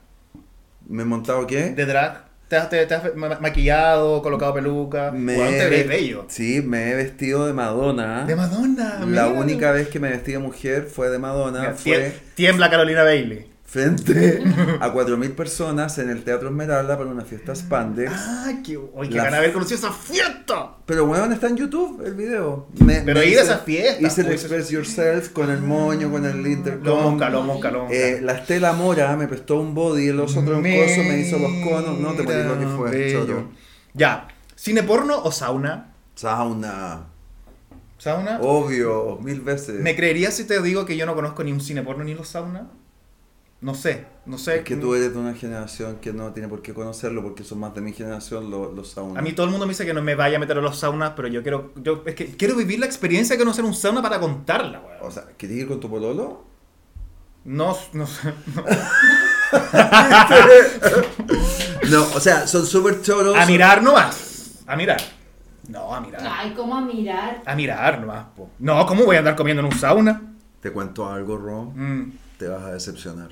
[SPEAKER 2] ¿Me he montado qué?
[SPEAKER 1] ¿De drag? ¿Te has, te- te has ma- maquillado, colocado peluca?
[SPEAKER 2] me
[SPEAKER 1] Weón, te
[SPEAKER 2] he
[SPEAKER 1] ves
[SPEAKER 2] ve-
[SPEAKER 1] bello.
[SPEAKER 2] Sí, me he vestido de Madonna.
[SPEAKER 1] De Madonna.
[SPEAKER 2] La
[SPEAKER 1] míralo.
[SPEAKER 2] única vez que me vestí de mujer fue de Madonna.
[SPEAKER 1] Mira,
[SPEAKER 2] fue
[SPEAKER 1] tie- Tiembla Carolina Bailey.
[SPEAKER 2] frente a 4.000 personas en el Teatro Esmeralda para una fiesta spandex.
[SPEAKER 1] Ah, qué. Oye, que
[SPEAKER 2] La-
[SPEAKER 1] van a haber conocido esa fiesta.
[SPEAKER 2] Pero bueno, está en YouTube el video. Me-
[SPEAKER 1] Pero
[SPEAKER 2] me
[SPEAKER 1] ir a
[SPEAKER 2] hice-
[SPEAKER 1] esas fiestas,
[SPEAKER 2] Hice el
[SPEAKER 1] pues.
[SPEAKER 2] Express Yourself con el moño, con el intercom.
[SPEAKER 1] Lo mosca, lo mosca, lo mosca.
[SPEAKER 2] Eh, la Estela Mora me prestó un body, el oso troncoso me hizo los conos, no te morí lo que fue,
[SPEAKER 1] Bello.
[SPEAKER 2] choro.
[SPEAKER 1] Ya, ¿cine porno o sauna?
[SPEAKER 2] Sauna,
[SPEAKER 1] ¿Sauna?
[SPEAKER 2] Oh, obvio, mil veces.
[SPEAKER 1] ¿Me creerías si te digo que yo no conozco ni un cine porno ni los sauna? No sé, no sé.
[SPEAKER 2] Es que tú eres de una generación que no tiene por qué conocerlo porque son más de mi generación lo- los sauna.
[SPEAKER 1] A mí todo el mundo me dice que no me vaya a meter a los saunas, pero yo quiero, yo es que quiero vivir la experiencia de conocer un sauna para contarla, weón.
[SPEAKER 2] O sea, ¿querés ir con tu pololo?
[SPEAKER 1] no, no sé.
[SPEAKER 2] No, o sea, son súper choros.
[SPEAKER 1] A mirar nomás. A mirar. No, a mirar.
[SPEAKER 4] Ay, cómo a mirar.
[SPEAKER 1] A mirar nomás, po. No, ¿cómo voy a andar comiendo en un sauna?
[SPEAKER 2] Te cuento algo, Ron.
[SPEAKER 1] Mm.
[SPEAKER 2] te vas a decepcionar.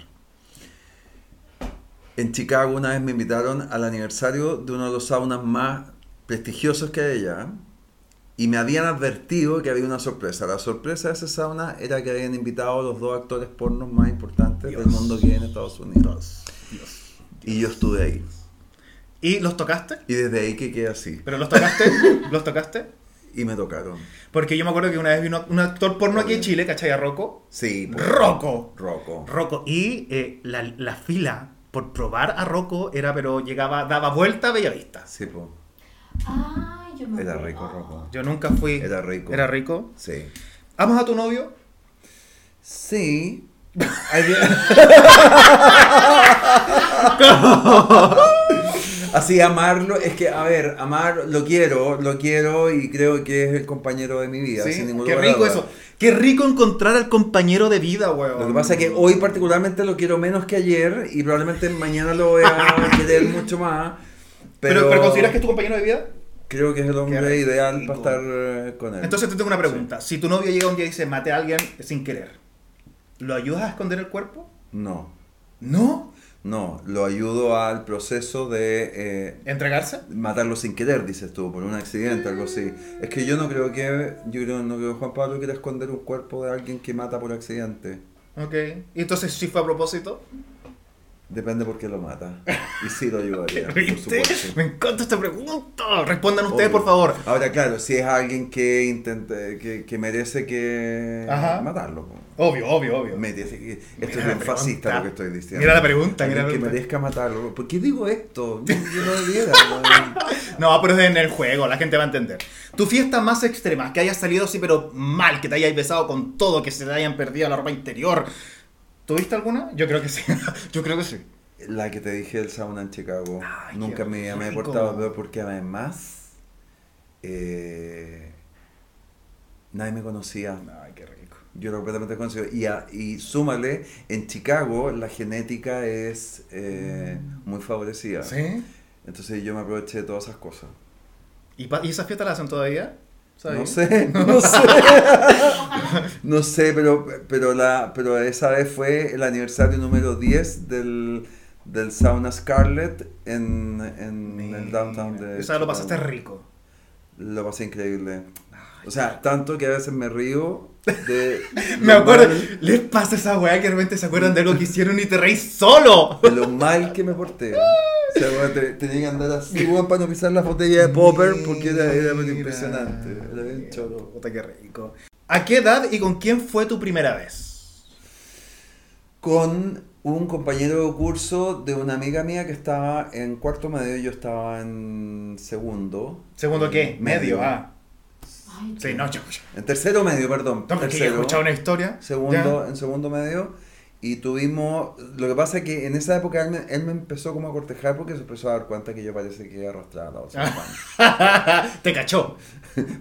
[SPEAKER 2] En Chicago una vez me invitaron al aniversario de uno de los saunas más prestigiosos que hay allá y me habían advertido que había una sorpresa. La sorpresa de ese sauna era que habían invitado a los dos actores pornos más importantes
[SPEAKER 1] Dios.
[SPEAKER 2] del mundo que hay en Estados Unidos. Y yo estuve ahí.
[SPEAKER 1] ¿Y los tocaste?
[SPEAKER 2] Y desde ahí que quedé así.
[SPEAKER 1] ¿Pero los tocaste? ¿Los tocaste?
[SPEAKER 2] Y me tocaron.
[SPEAKER 1] Porque yo me acuerdo que una vez vino un actor porno aquí en Chile, ¿cachai? A Rocco.
[SPEAKER 2] Sí. pues,
[SPEAKER 1] ¡Rocco!
[SPEAKER 2] Rocco.
[SPEAKER 1] Rocco. Y eh, la, la fila por probar a Rocco era, pero llegaba, daba vuelta a Bellavista.
[SPEAKER 2] Sí, po.
[SPEAKER 4] Ay, yo me
[SPEAKER 2] Era
[SPEAKER 4] acuerdo.
[SPEAKER 2] rico, Rocco.
[SPEAKER 1] Yo nunca fui.
[SPEAKER 2] Era rico.
[SPEAKER 1] Era rico.
[SPEAKER 2] Sí.
[SPEAKER 1] ¿Amas a tu novio?
[SPEAKER 2] Sí. Así amarlo, es que, a ver, amar, lo quiero, lo quiero y creo que es el compañero de mi vida,
[SPEAKER 1] Sí.
[SPEAKER 2] sin ningún
[SPEAKER 1] Qué
[SPEAKER 2] lugar a
[SPEAKER 1] rico
[SPEAKER 2] dudas.
[SPEAKER 1] eso. Qué rico encontrar al compañero de vida, weón.
[SPEAKER 2] Lo que pasa es que hoy particularmente lo quiero menos que ayer y probablemente mañana lo voy a querer mucho más.
[SPEAKER 1] Pero,
[SPEAKER 2] Pero,
[SPEAKER 1] pero, consideras que es tu compañero de vida?
[SPEAKER 2] Creo que es el hombre
[SPEAKER 1] Qué
[SPEAKER 2] ideal
[SPEAKER 1] rico.
[SPEAKER 2] para estar eh, con él.
[SPEAKER 1] Entonces te tengo una pregunta. Si tu novio llega un día y dice, mate a alguien sin querer, ¿lo ayudas a esconder el cuerpo?
[SPEAKER 2] No,
[SPEAKER 1] No.
[SPEAKER 2] no, lo ayudo al proceso de... eh,
[SPEAKER 1] ¿Entregarse?
[SPEAKER 2] matarlo sin querer, dices tú, por un accidente, algo así. Es que yo no creo que, yo creo- no creo que Juan Pablo quiera esconder un cuerpo de alguien que mata por accidente.
[SPEAKER 1] Ok. ¿Y entonces si fue a propósito?
[SPEAKER 2] Depende por qué lo mata. Y sí lo ayudaría, por
[SPEAKER 1] ¿Viste?
[SPEAKER 2] supuesto.
[SPEAKER 1] Me encanta esta pregunta. Respondan ustedes,
[SPEAKER 2] Obvio.
[SPEAKER 1] por favor.
[SPEAKER 2] Ahora, claro, si es alguien que intente, que, que merece que
[SPEAKER 1] Ajá.
[SPEAKER 2] matarlo. po.
[SPEAKER 1] Obvio, obvio, obvio.
[SPEAKER 2] Merece que- esto
[SPEAKER 1] Mira
[SPEAKER 2] es
[SPEAKER 1] la
[SPEAKER 2] bien
[SPEAKER 1] pregunta.
[SPEAKER 2] fascista lo que estoy diciendo.
[SPEAKER 1] Mira la pregunta, mira la
[SPEAKER 2] Alguien Que
[SPEAKER 1] pregunta.
[SPEAKER 2] merezca matarlo. ¿Por qué digo esto? Yo, yo no debiera. weón.
[SPEAKER 1] No, pero es en el juego, la gente va a entender. Tu fiesta más extrema, que hayas salido así, pero mal, que te hayas besado con todo, que se te hayan perdido la ropa interior. ¿Tuviste alguna? Yo creo que sí. Yo creo que sí.
[SPEAKER 2] La que te dije del sauna en Chicago.
[SPEAKER 1] Ay,
[SPEAKER 2] Nunca
[SPEAKER 1] qué
[SPEAKER 2] me, me he
[SPEAKER 1] rico.
[SPEAKER 2] portado peor porque además eh, nadie me conocía.
[SPEAKER 1] Ay, qué rico.
[SPEAKER 2] Yo era completamente conocido. Y, a- y súmale, en Chicago la genética es eh, muy favorecida.
[SPEAKER 1] Mm. ¿Sí?
[SPEAKER 2] Entonces yo me aproveché de todas esas cosas.
[SPEAKER 1] ¿Y, pa- y esas fiestas las hacen todavía? ¿Sabes?
[SPEAKER 2] No sé, no sé. no sé, pero, pero, la, pero esa vez fue el aniversario número 10 del, del sauna Scarlet en, en el downtown de.
[SPEAKER 1] O sea, lo pasaste
[SPEAKER 2] Chicago.
[SPEAKER 1] rico.
[SPEAKER 2] Lo pasé increíble. O sea, tanto que a veces me río de.
[SPEAKER 1] Me
[SPEAKER 2] lo
[SPEAKER 1] acuerdo,
[SPEAKER 2] mal-
[SPEAKER 1] les pasa esa weá que de repente se acuerdan de lo que hicieron y te reís solo.
[SPEAKER 2] de lo mal que me porté. O sea, bueno, te- tenía que andar así, weón, para no pisar las botellas de popper porque era, era medio
[SPEAKER 1] Mira,
[SPEAKER 2] impresionante. Era bien
[SPEAKER 1] mira,
[SPEAKER 2] choro.
[SPEAKER 1] puta, qué rico. ¿A qué edad y con quién fue tu primera vez?
[SPEAKER 2] Con un compañero de curso de una amiga mía que estaba en cuarto medio, yo estaba en segundo.
[SPEAKER 1] ¿Segundo qué? Medio, ah.
[SPEAKER 4] Ay,
[SPEAKER 1] Sí, no, yo. yo-
[SPEAKER 2] En tercero medio, perdón.
[SPEAKER 1] No, porque yo he
[SPEAKER 2] tercero.
[SPEAKER 1] escuchado una historia.
[SPEAKER 2] segundo, en segundo medio. Y tuvimos, lo que pasa es que en esa época él me, él me empezó como a cortejar porque se empezó a dar cuenta que yo parece que arrastraba la
[SPEAKER 1] Ah.
[SPEAKER 2] otra
[SPEAKER 1] ya. te cachó.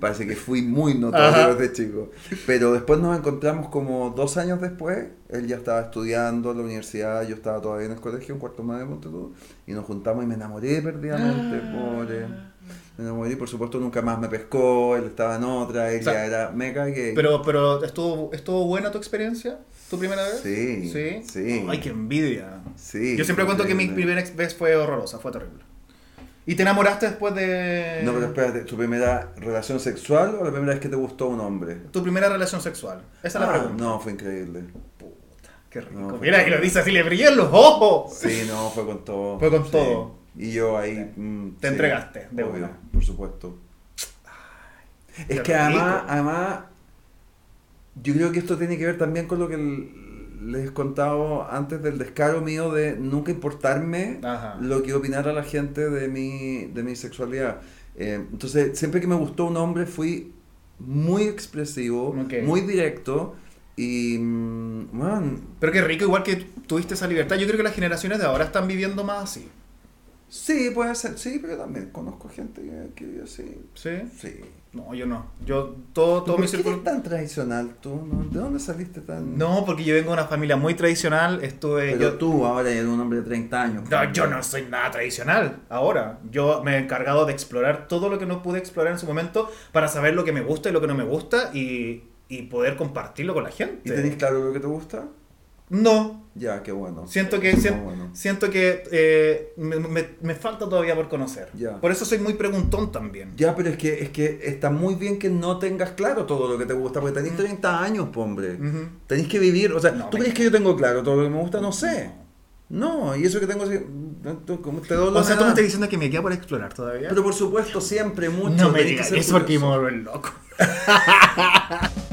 [SPEAKER 2] Parece que fui muy
[SPEAKER 1] Ajá.
[SPEAKER 2] notorio desde chico. Pero después nos encontramos como dos años después. Él ya estaba estudiando en la universidad, yo estaba todavía en el colegio, en cuarto más de Monte Tú, Y nos juntamos y me enamoré perdidamente,
[SPEAKER 1] Ah.
[SPEAKER 2] pobre. Me enamoré y por supuesto nunca más me pescó, él estaba en otra, él
[SPEAKER 1] O sea,
[SPEAKER 2] ya era mega gay.
[SPEAKER 1] Pero, pero ¿estuvo, ¿estuvo buena tu experiencia? ¿Tu primera vez?
[SPEAKER 2] Sí,
[SPEAKER 1] Sí.
[SPEAKER 2] sí.
[SPEAKER 1] Ay, qué envidia.
[SPEAKER 2] Sí,
[SPEAKER 1] Yo siempre cuento que mi
[SPEAKER 2] increíble.
[SPEAKER 1] primera ex- vez fue horrorosa, fue terrible. ¿Y te enamoraste después de
[SPEAKER 2] No, pero espérate, ¿tu primera relación sexual o la primera vez que te gustó un hombre?
[SPEAKER 1] tu primera relación sexual? Esa es la
[SPEAKER 2] Ah,
[SPEAKER 1] pregunta.
[SPEAKER 2] No, fue increíble.
[SPEAKER 1] Qué rico.
[SPEAKER 2] No.
[SPEAKER 1] Mira, y lo dice así, le brillan los ojos.
[SPEAKER 2] Sí, no, fue con todo.
[SPEAKER 1] Fue con
[SPEAKER 2] Sí.
[SPEAKER 1] todo.
[SPEAKER 2] Y yo ahí. mm,
[SPEAKER 1] Te entregaste, de una.
[SPEAKER 2] Por supuesto.
[SPEAKER 1] qué
[SPEAKER 2] Es que además,
[SPEAKER 1] rico.
[SPEAKER 2] además, yo creo que esto tiene que ver también con lo que l- les he contado antes del descaro mío de nunca importarme
[SPEAKER 1] Ajá.
[SPEAKER 2] lo que opinara la gente de mi, de mi sexualidad. Eh, entonces, siempre que me gustó un hombre, fui muy expresivo,
[SPEAKER 1] Ok.
[SPEAKER 2] muy directo y. mm, man,
[SPEAKER 1] Pero qué rico, igual que tuviste esa libertad. Yo creo que las generaciones de ahora están viviendo más así.
[SPEAKER 2] Sí, puede ser, sí, pero yo también conozco gente que, que yo sí.
[SPEAKER 1] ¿Sí?
[SPEAKER 2] Sí.
[SPEAKER 1] No, yo no. Yo todo, todo
[SPEAKER 2] ¿Por
[SPEAKER 1] mi
[SPEAKER 2] qué
[SPEAKER 1] círculo.
[SPEAKER 2] eres tan tradicional tú? no? ¿De dónde saliste tan.?
[SPEAKER 1] No, porque yo vengo de una familia muy tradicional. Estuve.
[SPEAKER 2] pero
[SPEAKER 1] yo,
[SPEAKER 2] tú ahora eres un hombre de 30 años.
[SPEAKER 1] No, yo no soy nada tradicional ahora. Yo me he encargado de explorar todo lo que no pude explorar en su momento para saber lo que me gusta y lo que no me gusta y, y poder compartirlo con la
[SPEAKER 2] ¿Y
[SPEAKER 1] gente.
[SPEAKER 2] tenés claro lo que te gusta?
[SPEAKER 1] No,
[SPEAKER 2] Ya, qué bueno.
[SPEAKER 1] siento que,
[SPEAKER 2] Qué
[SPEAKER 1] sien-
[SPEAKER 2] bueno.
[SPEAKER 1] siento que eh, me, me- me falta todavía por conocer.
[SPEAKER 2] Ya.
[SPEAKER 1] Por eso soy muy preguntón también.
[SPEAKER 2] Ya, pero es que, es que está muy bien que no tengas claro todo lo que te gusta, porque tenés 30 años, po, hombre.
[SPEAKER 1] Ujú.
[SPEAKER 2] Tenés que vivir, o sea,
[SPEAKER 1] Mm. No,
[SPEAKER 2] ¿tú
[SPEAKER 1] me-
[SPEAKER 2] crees que yo tengo claro todo lo que me gusta? No sé. No, y eso que tengo, sí, no, tú, como te doy la
[SPEAKER 1] O sea, tú me
[SPEAKER 2] edad.
[SPEAKER 1] estás diciendo que me queda por explorar todavía.
[SPEAKER 2] Pero por supuesto, siempre, mucho.
[SPEAKER 1] no me
[SPEAKER 2] tenés que
[SPEAKER 1] digas
[SPEAKER 2] ser
[SPEAKER 1] eso porque me
[SPEAKER 2] curioso.
[SPEAKER 1] voy a volver loco.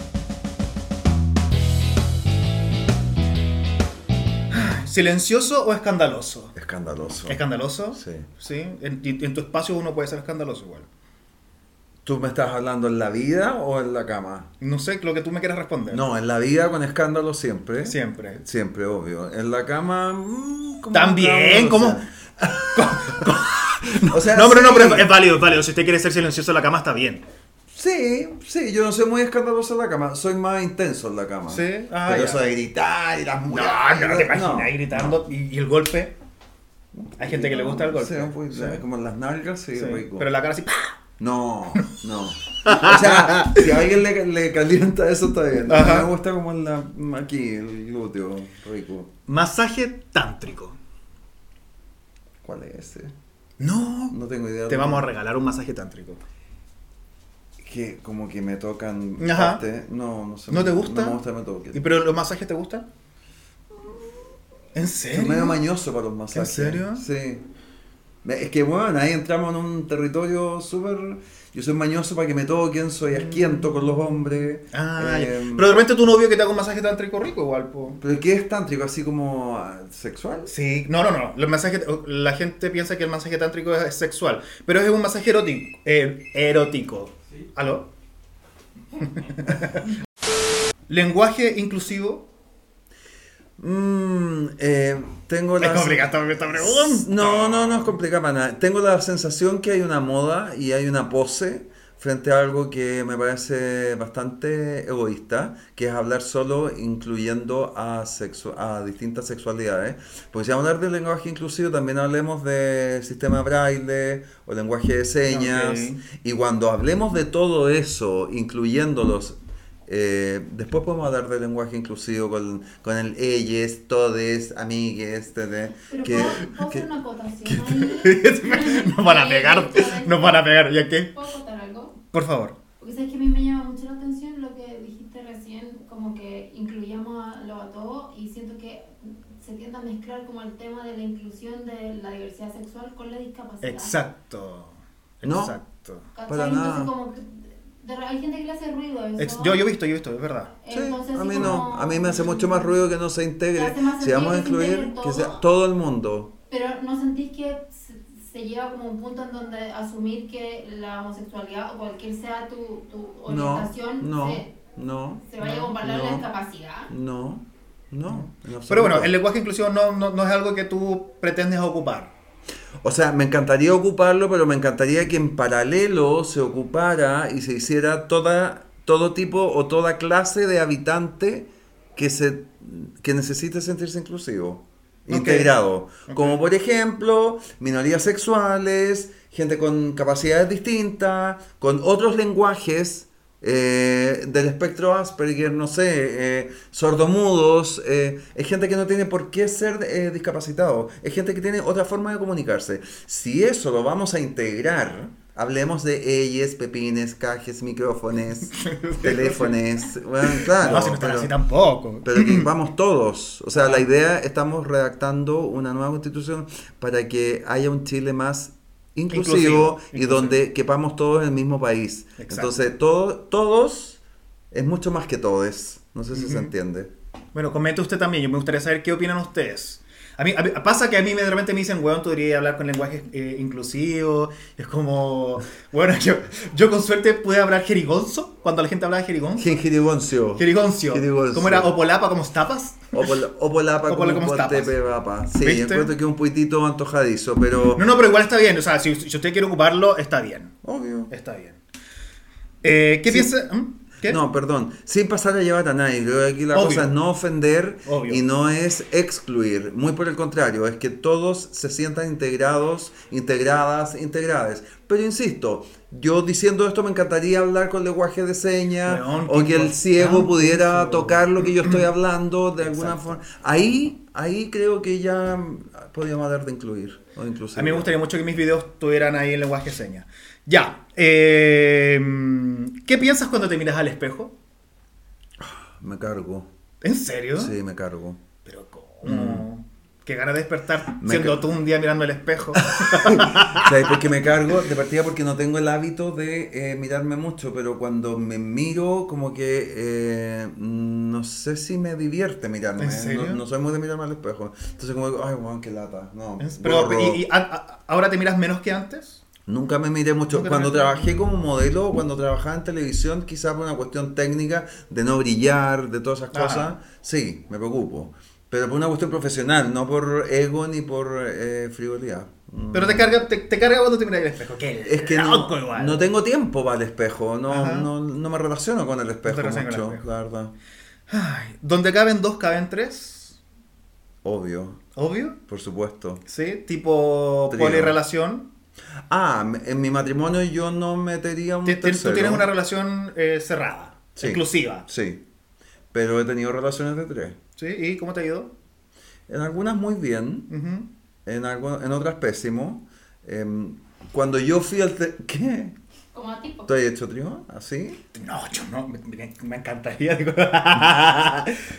[SPEAKER 1] ¿Silencioso o escandaloso?
[SPEAKER 2] Escandaloso.
[SPEAKER 1] ¿Escandaloso?
[SPEAKER 2] Sí.
[SPEAKER 1] En, y- en tu espacio uno puede ser escandaloso igual.
[SPEAKER 2] ¿Tú me estás hablando en la vida o en la cama?
[SPEAKER 1] No sé lo que tú me quieras responder.
[SPEAKER 2] No, en la vida con escándalo siempre.
[SPEAKER 1] Siempre.
[SPEAKER 2] Siempre, obvio. En la cama. mm, como
[SPEAKER 1] También,
[SPEAKER 2] una
[SPEAKER 1] ¿cómo?
[SPEAKER 2] O sea,
[SPEAKER 1] No, pero no,
[SPEAKER 2] sí.
[SPEAKER 1] pero es válido, es válido. Si usted quiere ser silencioso en la cama, está bien.
[SPEAKER 2] Sí, sí, yo no soy muy escandaloso en la cama. Soy más intenso en la cama.
[SPEAKER 1] Sí, ah,
[SPEAKER 2] pero
[SPEAKER 1] ya.
[SPEAKER 2] eso de gritar y las
[SPEAKER 1] No,
[SPEAKER 2] murallas.
[SPEAKER 1] no te imaginas ahí gritando. ¿Y, y el golpe? Hay gente que le gusta el golpe.
[SPEAKER 2] Sí, un poquito,
[SPEAKER 1] Sí.
[SPEAKER 2] como en las nalgas, sí,
[SPEAKER 1] Sí,
[SPEAKER 2] rico.
[SPEAKER 1] Pero la cara así. ¡pah!
[SPEAKER 2] No, no. O sea, si a alguien le, le calienta eso, está bien. A
[SPEAKER 1] Ajá.
[SPEAKER 2] mí me gusta como en la, aquí, el glúteo, rico.
[SPEAKER 1] Masaje tántrico.
[SPEAKER 2] ¿Cuál es ese?
[SPEAKER 1] No.
[SPEAKER 2] No tengo idea.
[SPEAKER 1] Te vamos a regalar un masaje tántrico.
[SPEAKER 2] Que como que me tocan.
[SPEAKER 1] Ajá.
[SPEAKER 2] parte. No, no sé.
[SPEAKER 1] ¿No te gusta?
[SPEAKER 2] No me gusta que me toquen.
[SPEAKER 1] ¿Y pero los masajes te gustan? ¿En
[SPEAKER 2] Soy medio
[SPEAKER 1] serio?
[SPEAKER 2] mañoso para los masajes.
[SPEAKER 1] ¿En serio?
[SPEAKER 2] Sí. Me- Es que bueno, ahí entramos en un territorio súper. Yo soy mañoso para que me toquen, soy asquiento con los hombres.
[SPEAKER 1] Mm. Ah, ya.
[SPEAKER 2] em,
[SPEAKER 1] pero de repente tu novio que te haga un masaje tántrico rico igual, po.
[SPEAKER 2] ¿Pero qué es tántrico? ¿Así como ah, sexual?
[SPEAKER 1] Sí, no, no, no. Los masajes- la gente piensa que el masaje tántrico es sexual, pero es un masaje erótico. eh, erótico. ¿Aló? Lenguaje inclusivo.
[SPEAKER 2] Mm, eh, tengo la.
[SPEAKER 1] Es complicada esta- esta pregunta.
[SPEAKER 2] No, no, no es complicado para nada. Tengo la sensación que hay una moda y hay una pose frente a algo que me parece bastante egoísta, que es hablar solo incluyendo a, sexu- a distintas sexualidades. Porque si vamos a hablar del lenguaje inclusivo, también hablemos de sistema braille o lenguaje de señas.
[SPEAKER 1] Ok.
[SPEAKER 2] Y cuando hablemos de todo eso, incluyéndolos Eh, después podemos hablar de lenguaje inclusivo con, con el ellas, todes, amigues, tete,
[SPEAKER 4] Pero
[SPEAKER 2] que,
[SPEAKER 4] puedo, puedo hacer
[SPEAKER 2] que-
[SPEAKER 4] una acotación ahí.
[SPEAKER 1] nos van a pegar, nos van a pegar, ¿ya qué?
[SPEAKER 4] ¿Puedo acotar algo?
[SPEAKER 1] Por favor.
[SPEAKER 4] Porque sabes que a mí me llama mucho la atención lo que dijiste recién, como que incluyamos a lo a todo y siento que se tiende a mezclar como el tema de la inclusión de la diversidad sexual con la discapacidad.
[SPEAKER 1] Exacto.
[SPEAKER 2] No.
[SPEAKER 1] Exacto.
[SPEAKER 4] ¿Cachai?
[SPEAKER 2] Para
[SPEAKER 4] Entonces,
[SPEAKER 2] nada.
[SPEAKER 4] como que de- hay gente que le hace ruido a eso.
[SPEAKER 1] Ex- yo, yo he visto, yo he visto, es verdad.
[SPEAKER 2] Sí,
[SPEAKER 4] Entonces,
[SPEAKER 2] a
[SPEAKER 4] así
[SPEAKER 2] mí no,
[SPEAKER 4] como-
[SPEAKER 2] a mí me hace mucho más ruido que no se
[SPEAKER 4] Te
[SPEAKER 2] integre.
[SPEAKER 4] hace más
[SPEAKER 2] Si vamos a
[SPEAKER 4] sentido que se
[SPEAKER 2] incluir,
[SPEAKER 4] integre
[SPEAKER 2] que sea
[SPEAKER 4] todo.
[SPEAKER 2] todo el mundo.
[SPEAKER 4] Pero ¿no sentís que se, se lleva como un punto en donde asumir que la homosexualidad o cualquier sea tu, tu
[SPEAKER 2] No,
[SPEAKER 4] orientación
[SPEAKER 2] no,
[SPEAKER 4] se,
[SPEAKER 2] no,
[SPEAKER 4] se vaya a comparar la
[SPEAKER 2] no.
[SPEAKER 4] discapacidad?
[SPEAKER 2] no, no. en
[SPEAKER 1] Pero
[SPEAKER 2] absoluto.
[SPEAKER 1] bueno, el lenguaje inclusivo no, no, no es algo que tú pretendes ocupar.
[SPEAKER 2] O sea, me encantaría ocuparlo, pero me encantaría que en paralelo se ocupara y se hiciera toda, todo tipo o toda clase de habitante que, se, que necesite sentirse inclusivo,
[SPEAKER 1] Ok.
[SPEAKER 2] integrado.
[SPEAKER 1] Ok.
[SPEAKER 2] Como por ejemplo, minorías sexuales, gente con capacidades distintas, con otros lenguajes. eh, del espectro Asperger, no sé, eh, sordomudos, eh, es gente que no tiene por qué ser eh, discapacitado, es gente que tiene otra forma de comunicarse. Si eso lo vamos a integrar, hablemos de ellas, pepines, cajes, micrófonos, teléfonos, bueno, claro.
[SPEAKER 1] no, si no están
[SPEAKER 2] pero-
[SPEAKER 1] así tampoco.
[SPEAKER 2] pero que vamos todos. O sea, la idea, estamos redactando una nueva constitución para que haya un Chile más inclusivo,
[SPEAKER 1] Inclusivo,
[SPEAKER 2] y
[SPEAKER 1] inclusivo.
[SPEAKER 2] donde quepamos todos en el mismo país.
[SPEAKER 1] Exacto.
[SPEAKER 2] Entonces, todo, todos es mucho más que todes. No sé si se
[SPEAKER 1] Ujú.
[SPEAKER 2] entiende.
[SPEAKER 1] Bueno, comente usted también. Yo me gustaría saber qué opinan ustedes. A mí, a mí- pasa que a mí me- de repente me dicen, weón, tú deberías hablar con lenguaje eh, inclusivo. Es como, bueno, yo, yo con suerte pude hablar jerigonzo cuando la gente hablaba jerigonzo.
[SPEAKER 2] Gengiriboncio.
[SPEAKER 1] Jerigoncio.
[SPEAKER 2] Jerigoncio.
[SPEAKER 1] ¿Cómo era? ¿Opolapa como tapas?
[SPEAKER 2] Opol- Opolapa
[SPEAKER 1] Opola
[SPEAKER 2] como
[SPEAKER 1] como tapas.
[SPEAKER 2] Potepepapa. Sí,
[SPEAKER 1] ¿Viste?
[SPEAKER 2] encuentro que es un puitito antojadizo, pero...
[SPEAKER 1] No, no, pero igual está bien. O sea, si, si usted quiere ocuparlo, está bien.
[SPEAKER 2] Obvio.
[SPEAKER 1] Está bien. Eh, ¿Qué
[SPEAKER 2] Sí.
[SPEAKER 1] piensa? ¿Mm? ¿Qué?
[SPEAKER 2] No, perdón, sin pasar a llevar a nadie. Creo que aquí la
[SPEAKER 1] Obvio.
[SPEAKER 2] cosa es no ofender
[SPEAKER 1] Obvio.
[SPEAKER 2] y no es excluir. Muy por el contrario, es que todos se sientan integrados, integradas, integrades. Pero insisto, yo diciendo esto me encantaría hablar con lenguaje de señas
[SPEAKER 1] Weón,
[SPEAKER 2] o
[SPEAKER 1] qué
[SPEAKER 2] que el ciego
[SPEAKER 1] importante
[SPEAKER 2] pudiera
[SPEAKER 1] eso.
[SPEAKER 2] tocar lo que yo estoy hablando de alguna
[SPEAKER 1] Exacto.
[SPEAKER 2] forma. Ahí, ahí creo que ya podríamos hablar de incluir o de inclusive.
[SPEAKER 1] A mí me gustaría mucho que mis videos tuvieran ahí el lenguaje de señas. Ya. eh, ¿Qué piensas cuando te miras al espejo?
[SPEAKER 2] Me cargo,
[SPEAKER 1] ¿En serio?
[SPEAKER 2] sí, me cargo.
[SPEAKER 1] Pero ¿cómo? Qué ganas de despertar
[SPEAKER 2] Me
[SPEAKER 1] siendo
[SPEAKER 2] ca-
[SPEAKER 1] tú un día mirando al espejo.
[SPEAKER 2] ¿Sabes por qué me cargo? De partida porque no tengo el hábito de eh, mirarme mucho, pero cuando me miro, como que eh, no sé si me divierte mirarme. ¿eh?
[SPEAKER 1] ¿En serio?
[SPEAKER 2] No, no soy muy de mirarme al espejo. Entonces, como, digo, ay, weón, qué lata. No,
[SPEAKER 1] Pero,
[SPEAKER 2] gorro.
[SPEAKER 1] ¿y, y a- a- ahora te miras menos que antes?
[SPEAKER 2] Nunca me miré mucho.
[SPEAKER 1] Nunca te
[SPEAKER 2] Cuando
[SPEAKER 1] miraste.
[SPEAKER 2] trabajé como modelo, cuando trabajaba en televisión, quizás por una cuestión técnica de no brillar, de todas esas
[SPEAKER 1] Ajá.
[SPEAKER 2] cosas, sí, me preocupo. Pero por una cuestión profesional, no por ego ni por eh, frivolidad. Mm.
[SPEAKER 1] Pero te carga, te, te carga cuando te miras al espejo. Qué
[SPEAKER 2] Es que no,
[SPEAKER 1] loco igual.
[SPEAKER 2] no tengo tiempo para el espejo,
[SPEAKER 1] Ajá.
[SPEAKER 2] no, no, no me relaciono con el espejo
[SPEAKER 1] relacionas con el
[SPEAKER 2] mucho,
[SPEAKER 1] espejo.
[SPEAKER 2] la verdad.
[SPEAKER 1] Ay, donde caben dos, caben tres.
[SPEAKER 2] Obvio,
[SPEAKER 1] Obvio.
[SPEAKER 2] por supuesto.
[SPEAKER 1] Sí, tipo
[SPEAKER 2] Trío.
[SPEAKER 1] polirrelación.
[SPEAKER 2] Ah, m- en mi matrimonio yo no metería un
[SPEAKER 1] Ti- ti- Tú
[SPEAKER 2] tercero.
[SPEAKER 1] tienes una relación eh, cerrada,
[SPEAKER 2] Sí.
[SPEAKER 1] exclusiva.
[SPEAKER 2] Sí, pero he tenido relaciones de tres.
[SPEAKER 1] ¿Sí? ¿Y cómo te ha ido?
[SPEAKER 2] En algunas muy bien,
[SPEAKER 1] Ujú.
[SPEAKER 2] en, algu- en otras pésimo. Em, cuando yo fui al... te- ¿Qué?
[SPEAKER 4] Como a tipo.
[SPEAKER 2] ¿Estoy hecho trío? ¿Ah, ¿Así?
[SPEAKER 1] No, yo no, me, me- me encantaría. digo.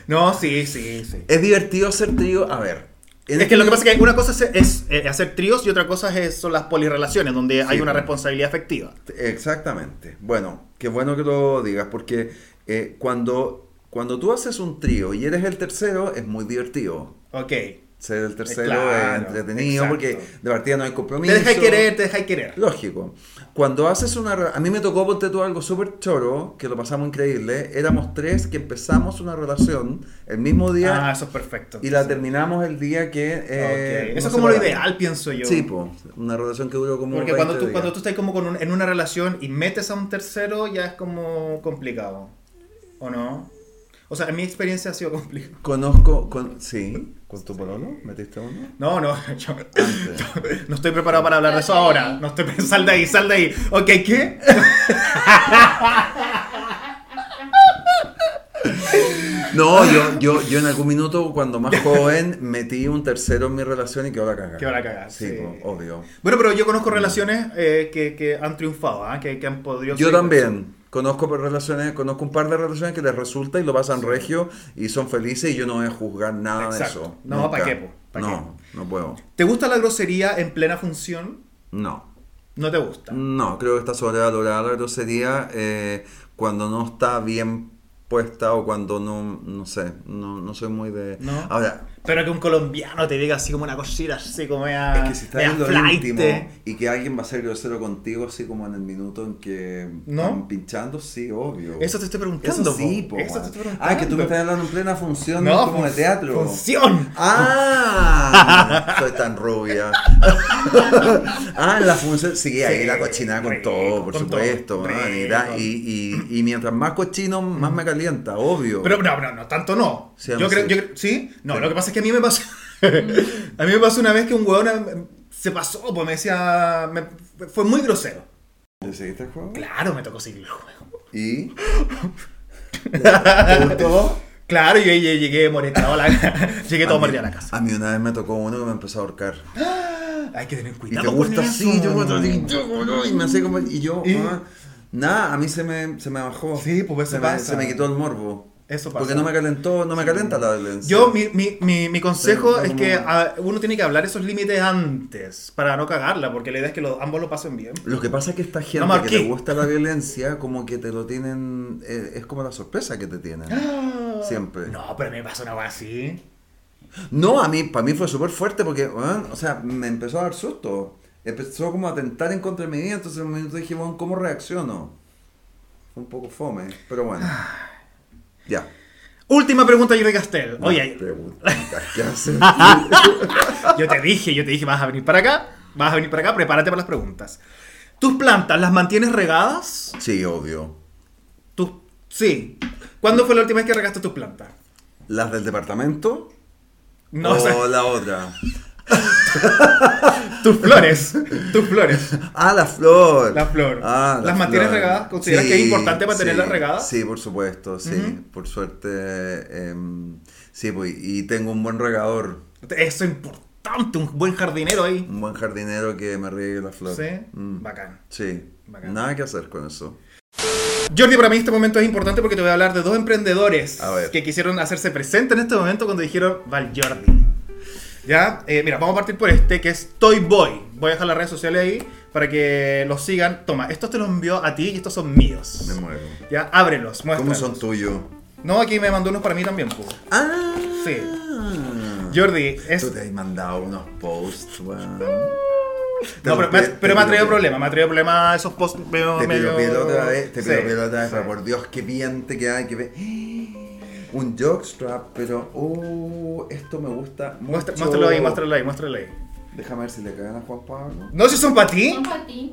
[SPEAKER 1] no, sí, sí, sí.
[SPEAKER 2] Es divertido ser trío, a ver. en
[SPEAKER 1] Es que lo que
[SPEAKER 2] este-
[SPEAKER 1] pasa es que una cosa es, es, eh, hacer tríos y otra cosa es, son las polirrelaciones, donde hay una
[SPEAKER 2] bueno.
[SPEAKER 1] responsabilidad afectiva.
[SPEAKER 2] Exactamente. Bueno, qué bueno que lo digas, porque eh, cuando, cuando tú haces un trío y eres el tercero, es muy divertido.
[SPEAKER 1] Ok.
[SPEAKER 2] Ser el tercero
[SPEAKER 1] Eh, claro,
[SPEAKER 2] es entretenido,
[SPEAKER 1] exacto.
[SPEAKER 2] porque de partida no hay compromiso.
[SPEAKER 1] Te dejáis querer, te dejáis querer.
[SPEAKER 2] Lógico. Cuando haces una... re- A mí me tocó, ponte tú, algo súper choro, que lo pasamos increíble. Éramos tres que empezamos una relación el mismo día
[SPEAKER 1] Ah, eso es perfecto.
[SPEAKER 2] y la
[SPEAKER 1] Sí.
[SPEAKER 2] terminamos el día que...
[SPEAKER 1] Ok.
[SPEAKER 2] eh, nos
[SPEAKER 1] Eso es como lo
[SPEAKER 2] separamos.
[SPEAKER 1] ideal, pienso yo.
[SPEAKER 2] Sí, po. Una relación que duró como
[SPEAKER 1] Porque cuando
[SPEAKER 2] 20
[SPEAKER 1] tú,
[SPEAKER 2] días.
[SPEAKER 1] cuando tú estás como con un- en una relación y metes a un tercero, ya es como complicado. ¿O no? O sea, en mi experiencia ha sido complicado.
[SPEAKER 2] Conozco, con, sí, con tu pololo, metiste uno.
[SPEAKER 1] No, no, yo
[SPEAKER 2] Antes.
[SPEAKER 1] no estoy preparado para hablar de eso ahora. No estoy sal de ahí, sal de ahí. Ok, ¿qué?
[SPEAKER 2] No, yo, yo, yo en algún minuto, cuando más joven, metí un tercero en mi relación y quedó la cagada.
[SPEAKER 1] Quedó la cagada, sí.
[SPEAKER 2] po, obvio.
[SPEAKER 1] Bueno, pero yo conozco relaciones eh, que, que han triunfado, ¿ah? que, que han podido...
[SPEAKER 2] Yo
[SPEAKER 1] seguir-
[SPEAKER 2] también. Conozco por relaciones, conozco un par de relaciones que les resulta y lo pasan regio y son felices y yo no voy a juzgar nada
[SPEAKER 1] Exacto.
[SPEAKER 2] de eso.
[SPEAKER 1] No,
[SPEAKER 2] Nunca.
[SPEAKER 1] ¿pa' qué, po? ¿Pa'
[SPEAKER 2] no, no puedo.
[SPEAKER 1] ¿Te gusta la grosería en plena función?
[SPEAKER 2] No.
[SPEAKER 1] No te gusta.
[SPEAKER 2] No, creo que está sobrevalorada la grosería eh, cuando no está bien puesta o cuando no, no sé, no, no soy muy de...
[SPEAKER 1] ¿No?
[SPEAKER 2] Ahora,
[SPEAKER 1] Pero que un colombiano te diga así como una cosita, así como mea,
[SPEAKER 2] es que si estás
[SPEAKER 1] mea
[SPEAKER 2] en lo
[SPEAKER 1] flight. eh.
[SPEAKER 2] íntimo y que alguien va a ser grosero contigo así como en el minuto en que
[SPEAKER 1] ¿No?
[SPEAKER 2] están pinchando, sí, obvio.
[SPEAKER 1] Eso te estoy preguntando,
[SPEAKER 2] Eso sí,
[SPEAKER 1] po.
[SPEAKER 2] po,
[SPEAKER 1] Eso te
[SPEAKER 2] man.
[SPEAKER 1] estoy preguntando.
[SPEAKER 2] Ah, que tú me estás hablando en plena función
[SPEAKER 1] No,
[SPEAKER 2] como de
[SPEAKER 1] fun-
[SPEAKER 2] teatro.
[SPEAKER 1] ¡Función!
[SPEAKER 2] Ah, soy tan rubia. ah, en la función. Sí, ahí
[SPEAKER 1] Sí,
[SPEAKER 2] la cochinada con
[SPEAKER 1] rico,
[SPEAKER 2] todo, por
[SPEAKER 1] con
[SPEAKER 2] supuesto.
[SPEAKER 1] todo,
[SPEAKER 2] man, y,
[SPEAKER 1] rico.
[SPEAKER 2] da- y- y- y mientras más cochino, más me calienta, obvio.
[SPEAKER 1] Pero no, no, no, tanto no.
[SPEAKER 2] Sí,
[SPEAKER 1] yo
[SPEAKER 2] además
[SPEAKER 1] creo,
[SPEAKER 2] sí.
[SPEAKER 1] yo creo- ¿sí? No, lo que pasa es que a mí me pasó. a mí me pasó una vez que un huevón eh, se pasó, pues me decía. me- fue muy grosero.
[SPEAKER 2] ¿Le seguiste el juego?
[SPEAKER 1] Claro, me tocó seguir el juego.
[SPEAKER 2] ¿Y? ¿Te gustó?
[SPEAKER 1] Claro, yo, yo llegué molestado a la Llegué todo mordido a la casa. Ah,
[SPEAKER 2] A mí una vez me tocó uno que me empezó a ahorcar.
[SPEAKER 1] Hay que tener
[SPEAKER 2] Y
[SPEAKER 1] cuidado.
[SPEAKER 2] te gusta
[SPEAKER 1] con
[SPEAKER 2] así,
[SPEAKER 1] eso.
[SPEAKER 2] yo cuando digo, yo, no, y me hace como. Y yo,
[SPEAKER 1] ¿Y?
[SPEAKER 2] ah, nada, a mí se me, se me bajó.
[SPEAKER 1] Sí, pues eso
[SPEAKER 2] se me,
[SPEAKER 1] pasa.
[SPEAKER 2] se me quitó el morbo.
[SPEAKER 1] Eso pasa.
[SPEAKER 2] Porque no me calentó, no me calenta la violencia.
[SPEAKER 1] Yo, mi, mi, mi, mi consejo
[SPEAKER 2] Sí,
[SPEAKER 1] es
[SPEAKER 2] como-
[SPEAKER 1] que ah, uno tiene que hablar esos límites antes para no cagarla, porque la idea es que los- ambos lo pasen bien.
[SPEAKER 2] Lo que pasa es que esta gente
[SPEAKER 1] Vamos
[SPEAKER 2] que
[SPEAKER 1] aquí.
[SPEAKER 2] le gusta la violencia, como que te lo tienen. eh, es como la sorpresa que te tienen.
[SPEAKER 1] Ah.
[SPEAKER 2] Siempre.
[SPEAKER 1] No, pero me pasó una cosa así.
[SPEAKER 2] No, a mí, para mí fue súper fuerte porque, weón, o sea, me empezó a dar susto. Empezó como a tentar en contra de mi vida, entonces en un momento dije, bueno, ¿cómo reacciono? Fue un poco fome, pero bueno.
[SPEAKER 1] Ah.
[SPEAKER 2] Ya.
[SPEAKER 1] Última pregunta, Yuri Castel. Oye,
[SPEAKER 2] Las preguntas que hacen.
[SPEAKER 1] yo te dije, yo te dije, vas a venir para acá, vas a venir para acá, prepárate para las preguntas. ¿Tus plantas las mantienes regadas?
[SPEAKER 2] Sí, obvio.
[SPEAKER 1] Tus... Sí. ¿Cuándo fue la última vez que regaste tus plantas?
[SPEAKER 2] ¿Las del departamento?
[SPEAKER 1] No,
[SPEAKER 2] o
[SPEAKER 1] o sea,
[SPEAKER 2] la otra.
[SPEAKER 1] tus flores. Tus flores.
[SPEAKER 2] Ah, la flor.
[SPEAKER 1] La flor.
[SPEAKER 2] Ah, la
[SPEAKER 1] ¿Las mantienes
[SPEAKER 2] flor.
[SPEAKER 1] regadas? ¿Consideras que es importante mantenerlas
[SPEAKER 2] sí,
[SPEAKER 1] regadas?
[SPEAKER 2] Sí, por supuesto, sí.
[SPEAKER 1] Ujú.
[SPEAKER 2] Por suerte, em, sí, pues, y tengo un buen regador,
[SPEAKER 1] Eso es importante, un buen jardinero ahí.
[SPEAKER 2] un buen jardinero que me riegue la flor.
[SPEAKER 1] Sí,
[SPEAKER 2] Mm,
[SPEAKER 1] bacán.
[SPEAKER 2] sí.
[SPEAKER 1] Bacán.
[SPEAKER 2] nada que hacer con eso.
[SPEAKER 1] Jordi, para mí este momento es importante porque te voy a hablar de dos emprendedores
[SPEAKER 2] A ver.
[SPEAKER 1] que quisieron hacerse presente en este momento cuando dijeron Val Jordi. Ya, eh, mira, vamos a partir por este que es Toy Boy. Voy a dejar las redes sociales ahí para que los sigan. Toma, estos te los envió a ti y estos son míos.
[SPEAKER 2] Me muero.
[SPEAKER 1] Ya, ábrelos,
[SPEAKER 2] ¿Cómo
[SPEAKER 1] muéstralos.
[SPEAKER 2] son tuyos?
[SPEAKER 1] No, aquí me mandó unos para mí también, pues.
[SPEAKER 2] Ah,
[SPEAKER 1] Sí. Jordi,
[SPEAKER 2] Tú
[SPEAKER 1] es...
[SPEAKER 2] te has mandado unos posts, weón.
[SPEAKER 1] No, pero me,
[SPEAKER 2] Te-
[SPEAKER 1] pero
[SPEAKER 2] te
[SPEAKER 1] me ha traído
[SPEAKER 2] pido-
[SPEAKER 1] problemas, me ha traído problemas esos posts medio...
[SPEAKER 2] Te pido
[SPEAKER 1] medio-
[SPEAKER 2] piel otra vez, te pido
[SPEAKER 1] Sí,
[SPEAKER 2] piel otra vez,
[SPEAKER 1] sí.
[SPEAKER 2] pero por Dios, qué bien te queda, qué bien. Un jockstrap, pero oh, esto me gusta mucho.
[SPEAKER 1] Muestra- Muéstralo ahí, muéstralo ahí, muéstralo ahí.
[SPEAKER 2] Déjame ver si le cagan a Juan Pablo.
[SPEAKER 1] No, si son para ti.
[SPEAKER 4] Son para ti.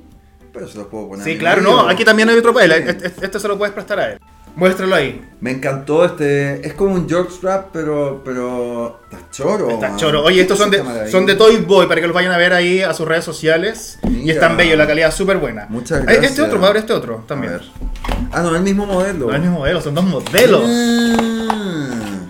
[SPEAKER 2] Pero se los puedo poner. a
[SPEAKER 1] Sí,
[SPEAKER 2] mi
[SPEAKER 1] claro,
[SPEAKER 2] amigo.
[SPEAKER 1] no, aquí también hay otro papel.
[SPEAKER 2] Sí.
[SPEAKER 1] Este, este- este se lo puedes prestar a él. Muéstralo ahí.
[SPEAKER 2] Me encantó este, es como un jockstrap, pero pero está choro.
[SPEAKER 1] Está
[SPEAKER 2] Oh, man.
[SPEAKER 1] choro. Oye, estos son
[SPEAKER 2] Esta
[SPEAKER 1] de,
[SPEAKER 2] maravilla.
[SPEAKER 1] son de Toy Boy para que los vayan a ver ahí a sus redes sociales. Y
[SPEAKER 2] Mira.
[SPEAKER 1] están bellos, la calidad es súper buena.
[SPEAKER 2] Muchas
[SPEAKER 1] Eh, Este
[SPEAKER 2] gracias.
[SPEAKER 1] otro, abre este otro
[SPEAKER 2] A
[SPEAKER 1] también.
[SPEAKER 2] ver. Ah, no, el mismo modelo.
[SPEAKER 1] No es el mismo modelo, son dos modelos.
[SPEAKER 2] Eh. Ah,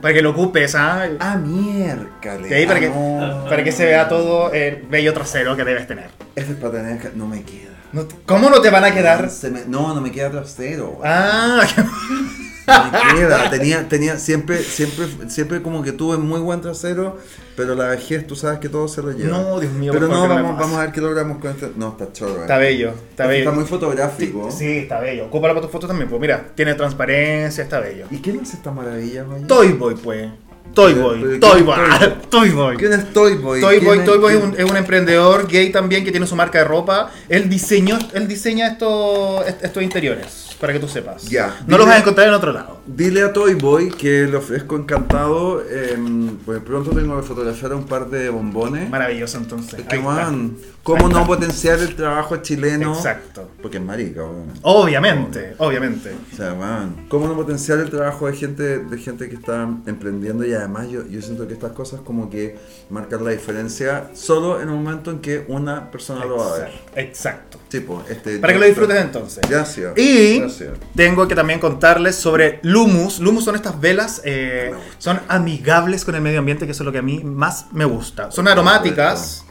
[SPEAKER 1] Para que lo ocupes, ¿ah?
[SPEAKER 2] ah, miércale.
[SPEAKER 1] De ahí para
[SPEAKER 2] Ah,
[SPEAKER 1] que,
[SPEAKER 2] no.
[SPEAKER 1] para que se vea todo el bello trasero que debes tener.
[SPEAKER 2] Este es para tener. No me queda.
[SPEAKER 1] No te- ¿Cómo no te van a quedar?
[SPEAKER 2] Se me- no, no me queda trasero.
[SPEAKER 1] Ah,
[SPEAKER 2] Me queda. Tenía, tenía, siempre, siempre, siempre como que tuve muy buen trasero, pero la vejez, tú sabes que todo se lo lleva.
[SPEAKER 1] No, Dios mío,
[SPEAKER 2] Pero
[SPEAKER 1] por
[SPEAKER 2] no,
[SPEAKER 1] favor, que no
[SPEAKER 2] vamos,
[SPEAKER 1] me pase.
[SPEAKER 2] vamos a ver qué logramos con este. No, está choro. eh.
[SPEAKER 1] está bello, está bello.
[SPEAKER 2] Está muy fotográfico.
[SPEAKER 1] Sí, está bello. Ocúpalo para tus fotos también, pues mira, tiene transparencia, está bello.
[SPEAKER 2] ¿Y quién hace esta maravilla, Maya?
[SPEAKER 1] Toy Boy, pues. Toy
[SPEAKER 2] Pero-
[SPEAKER 1] Boy,
[SPEAKER 2] pero
[SPEAKER 1] Toy
[SPEAKER 2] ¿quién
[SPEAKER 1] Boy,
[SPEAKER 2] es Toy Boy?
[SPEAKER 1] Toy Boy.
[SPEAKER 2] ¿Quién es Toy Boy?
[SPEAKER 1] Toy
[SPEAKER 2] ¿Quién
[SPEAKER 1] Boy,
[SPEAKER 2] es-
[SPEAKER 1] Toy Boy es
[SPEAKER 2] quién-
[SPEAKER 1] un, es un emprendedor gay también que tiene su marca de ropa. Él diseñó, él diseña estos, est- estos interiores, para que tú sepas.
[SPEAKER 2] Ya.
[SPEAKER 1] No
[SPEAKER 2] Dile-
[SPEAKER 1] los vas a encontrar en otro lado.
[SPEAKER 2] Dile a Toy Boy que le ofrezco encantado. eh, pues pronto tengo que fotografiar un par de bombones.
[SPEAKER 1] Maravilloso, entonces.
[SPEAKER 2] Que
[SPEAKER 1] Ahí
[SPEAKER 2] man,
[SPEAKER 1] está.
[SPEAKER 2] ¿cómo
[SPEAKER 1] Ahí
[SPEAKER 2] no
[SPEAKER 1] está.
[SPEAKER 2] potenciar el trabajo chileno?
[SPEAKER 1] Exacto.
[SPEAKER 2] Porque es marica, weón.
[SPEAKER 1] Obviamente, obviamente.
[SPEAKER 2] O sea, man, ¿cómo no potenciar el trabajo de gente, de gente que está emprendiendo? Y además yo, yo siento que estas cosas como que marcan la diferencia solo en el momento en que una persona lo va a ver.
[SPEAKER 1] Exacto, Exacto.
[SPEAKER 2] Tipo, este,
[SPEAKER 1] Para que lo disfrutes entonces.
[SPEAKER 2] Gracias.
[SPEAKER 1] Y
[SPEAKER 2] Gracias.
[SPEAKER 1] tengo que también contarles sobre Lumus. Lumus son estas velas, eh, son amigables con el medio ambiente, que eso es lo que a mí más me gusta. Son aromáticas.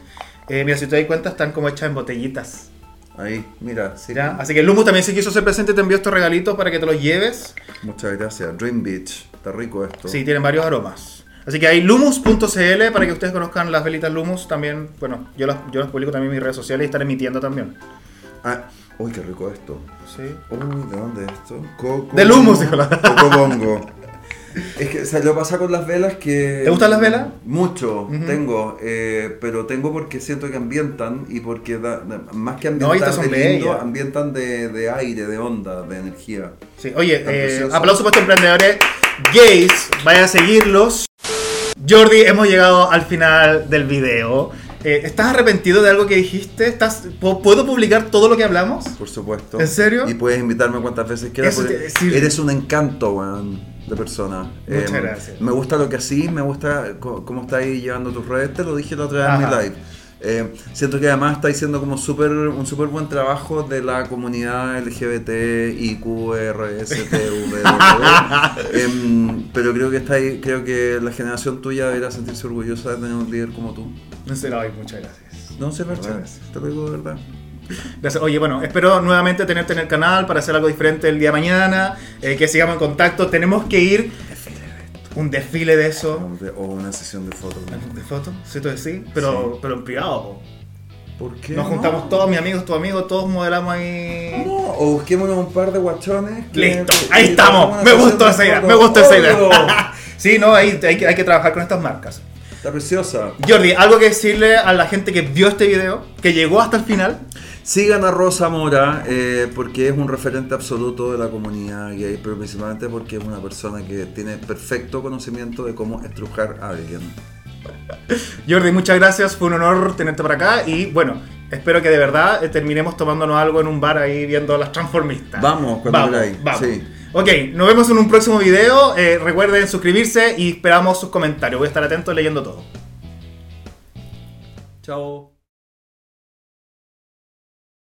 [SPEAKER 1] Eh, mira, si te das cuenta, están como hechas en botellitas.
[SPEAKER 2] Ahí, mira, sí.
[SPEAKER 1] Mira, Así que Lumus también se quiso ser presente y te envió estos regalitos para que te los lleves.
[SPEAKER 2] Muchas gracias. Dream Beach. Está rico esto.
[SPEAKER 1] Sí, tienen varios aromas. Así que hay lumus.cl para que ustedes conozcan las velitas Lumus. También, bueno, yo las, yo las publico también en mis redes sociales y están en mi tienda también.
[SPEAKER 2] Ah, uy, qué rico esto.
[SPEAKER 1] Sí.
[SPEAKER 2] Uy, ¿de dónde es esto? Coco.
[SPEAKER 1] Del humo, dijo la-
[SPEAKER 2] Coco bongo. Es que, o sea, lo pasa con las velas que...
[SPEAKER 1] ¿Te gustan las velas?
[SPEAKER 2] Mucho, tengo, eh, pero tengo porque siento que ambientan y porque da- da- más que
[SPEAKER 1] No, estas
[SPEAKER 2] ambientan
[SPEAKER 1] son
[SPEAKER 2] de lindo,
[SPEAKER 1] bellas.
[SPEAKER 2] ambientan de, de aire, de onda, de energía.
[SPEAKER 1] Sí, oye,
[SPEAKER 2] Tan
[SPEAKER 1] eh,
[SPEAKER 2] precioso.
[SPEAKER 1] aplausos para estos emprendedores gays. Vayan a seguirlos. Jordi, hemos llegado al final del video. Eh, ¿Estás arrepentido de algo que dijiste? ¿Estás, pu- ¿Puedo publicar todo lo que hablamos?
[SPEAKER 2] Por supuesto.
[SPEAKER 1] ¿En serio?
[SPEAKER 2] Y puedes invitarme cuantas veces quieras.
[SPEAKER 1] Eso te
[SPEAKER 2] porque
[SPEAKER 1] iba a decir.
[SPEAKER 2] Eres un encanto, weón, de persona. Em,
[SPEAKER 1] Muchas gracias.
[SPEAKER 2] Me gusta lo que así, me gusta co- cómo estáis llevando tus redes. Te lo dije la otra vez en
[SPEAKER 1] Ajá.
[SPEAKER 2] mi live. Eh, siento que además estáis haciendo como súper un súper buen trabajo de la comunidad LGBT, IQRSTV. Em, pero creo que estáis, creo que la generación tuya deberá sentirse orgullosa de tener un líder como tú.
[SPEAKER 1] No sé, ay, muchas gracias.
[SPEAKER 2] No sé,
[SPEAKER 1] Muchas
[SPEAKER 2] verdad.
[SPEAKER 1] gracias.
[SPEAKER 2] Te lo digo de verdad.
[SPEAKER 1] Gracias. Oye, bueno, espero nuevamente tenerte en el canal para hacer algo diferente el día de mañana. eh, que sigamos en contacto. Tenemos que ir. Un desfile de eso.
[SPEAKER 2] O una sesión de fotos.
[SPEAKER 1] ¿De fotos? Sí, tú decís. Pero, pero en privado. po.
[SPEAKER 2] ¿Por qué?
[SPEAKER 1] Nos
[SPEAKER 2] no?
[SPEAKER 1] juntamos todos, mis amigos, tus amigos, todos modelamos ahí.
[SPEAKER 2] No, o busquémonos un par de guachones. que-
[SPEAKER 1] Listo,
[SPEAKER 2] que-
[SPEAKER 1] ahí
[SPEAKER 2] que
[SPEAKER 1] estamos.
[SPEAKER 2] hagamos
[SPEAKER 1] Me
[SPEAKER 2] una
[SPEAKER 1] gustó
[SPEAKER 2] sesión
[SPEAKER 1] esa
[SPEAKER 2] de
[SPEAKER 1] idea, me
[SPEAKER 2] fotos.
[SPEAKER 1] gustó esa idea.
[SPEAKER 2] Obvio.
[SPEAKER 1] Sí, no, ahí hay, que- hay que trabajar con estas marcas.
[SPEAKER 2] Está preciosa.
[SPEAKER 1] Jordi, algo que decirle a la gente que vio este video, que llegó hasta el final.
[SPEAKER 2] Sigan a Rosa Mora eh, porque es un referente absoluto de la comunidad gay, pero principalmente porque es una persona que tiene perfecto conocimiento de cómo estrujar a alguien.
[SPEAKER 1] Jordi, muchas gracias, fue un honor tenerte por acá y bueno, espero que de verdad eh, terminemos tomándonos algo en un bar ahí viendo a las transformistas.
[SPEAKER 2] Vamos, cuando
[SPEAKER 1] vamos,
[SPEAKER 2] queráis,
[SPEAKER 1] vamos.
[SPEAKER 2] sí.
[SPEAKER 1] Ok, nos vemos en un próximo video. eh, recuerden suscribirse y esperamos sus comentarios. Voy a estar atento leyendo todo. Chao.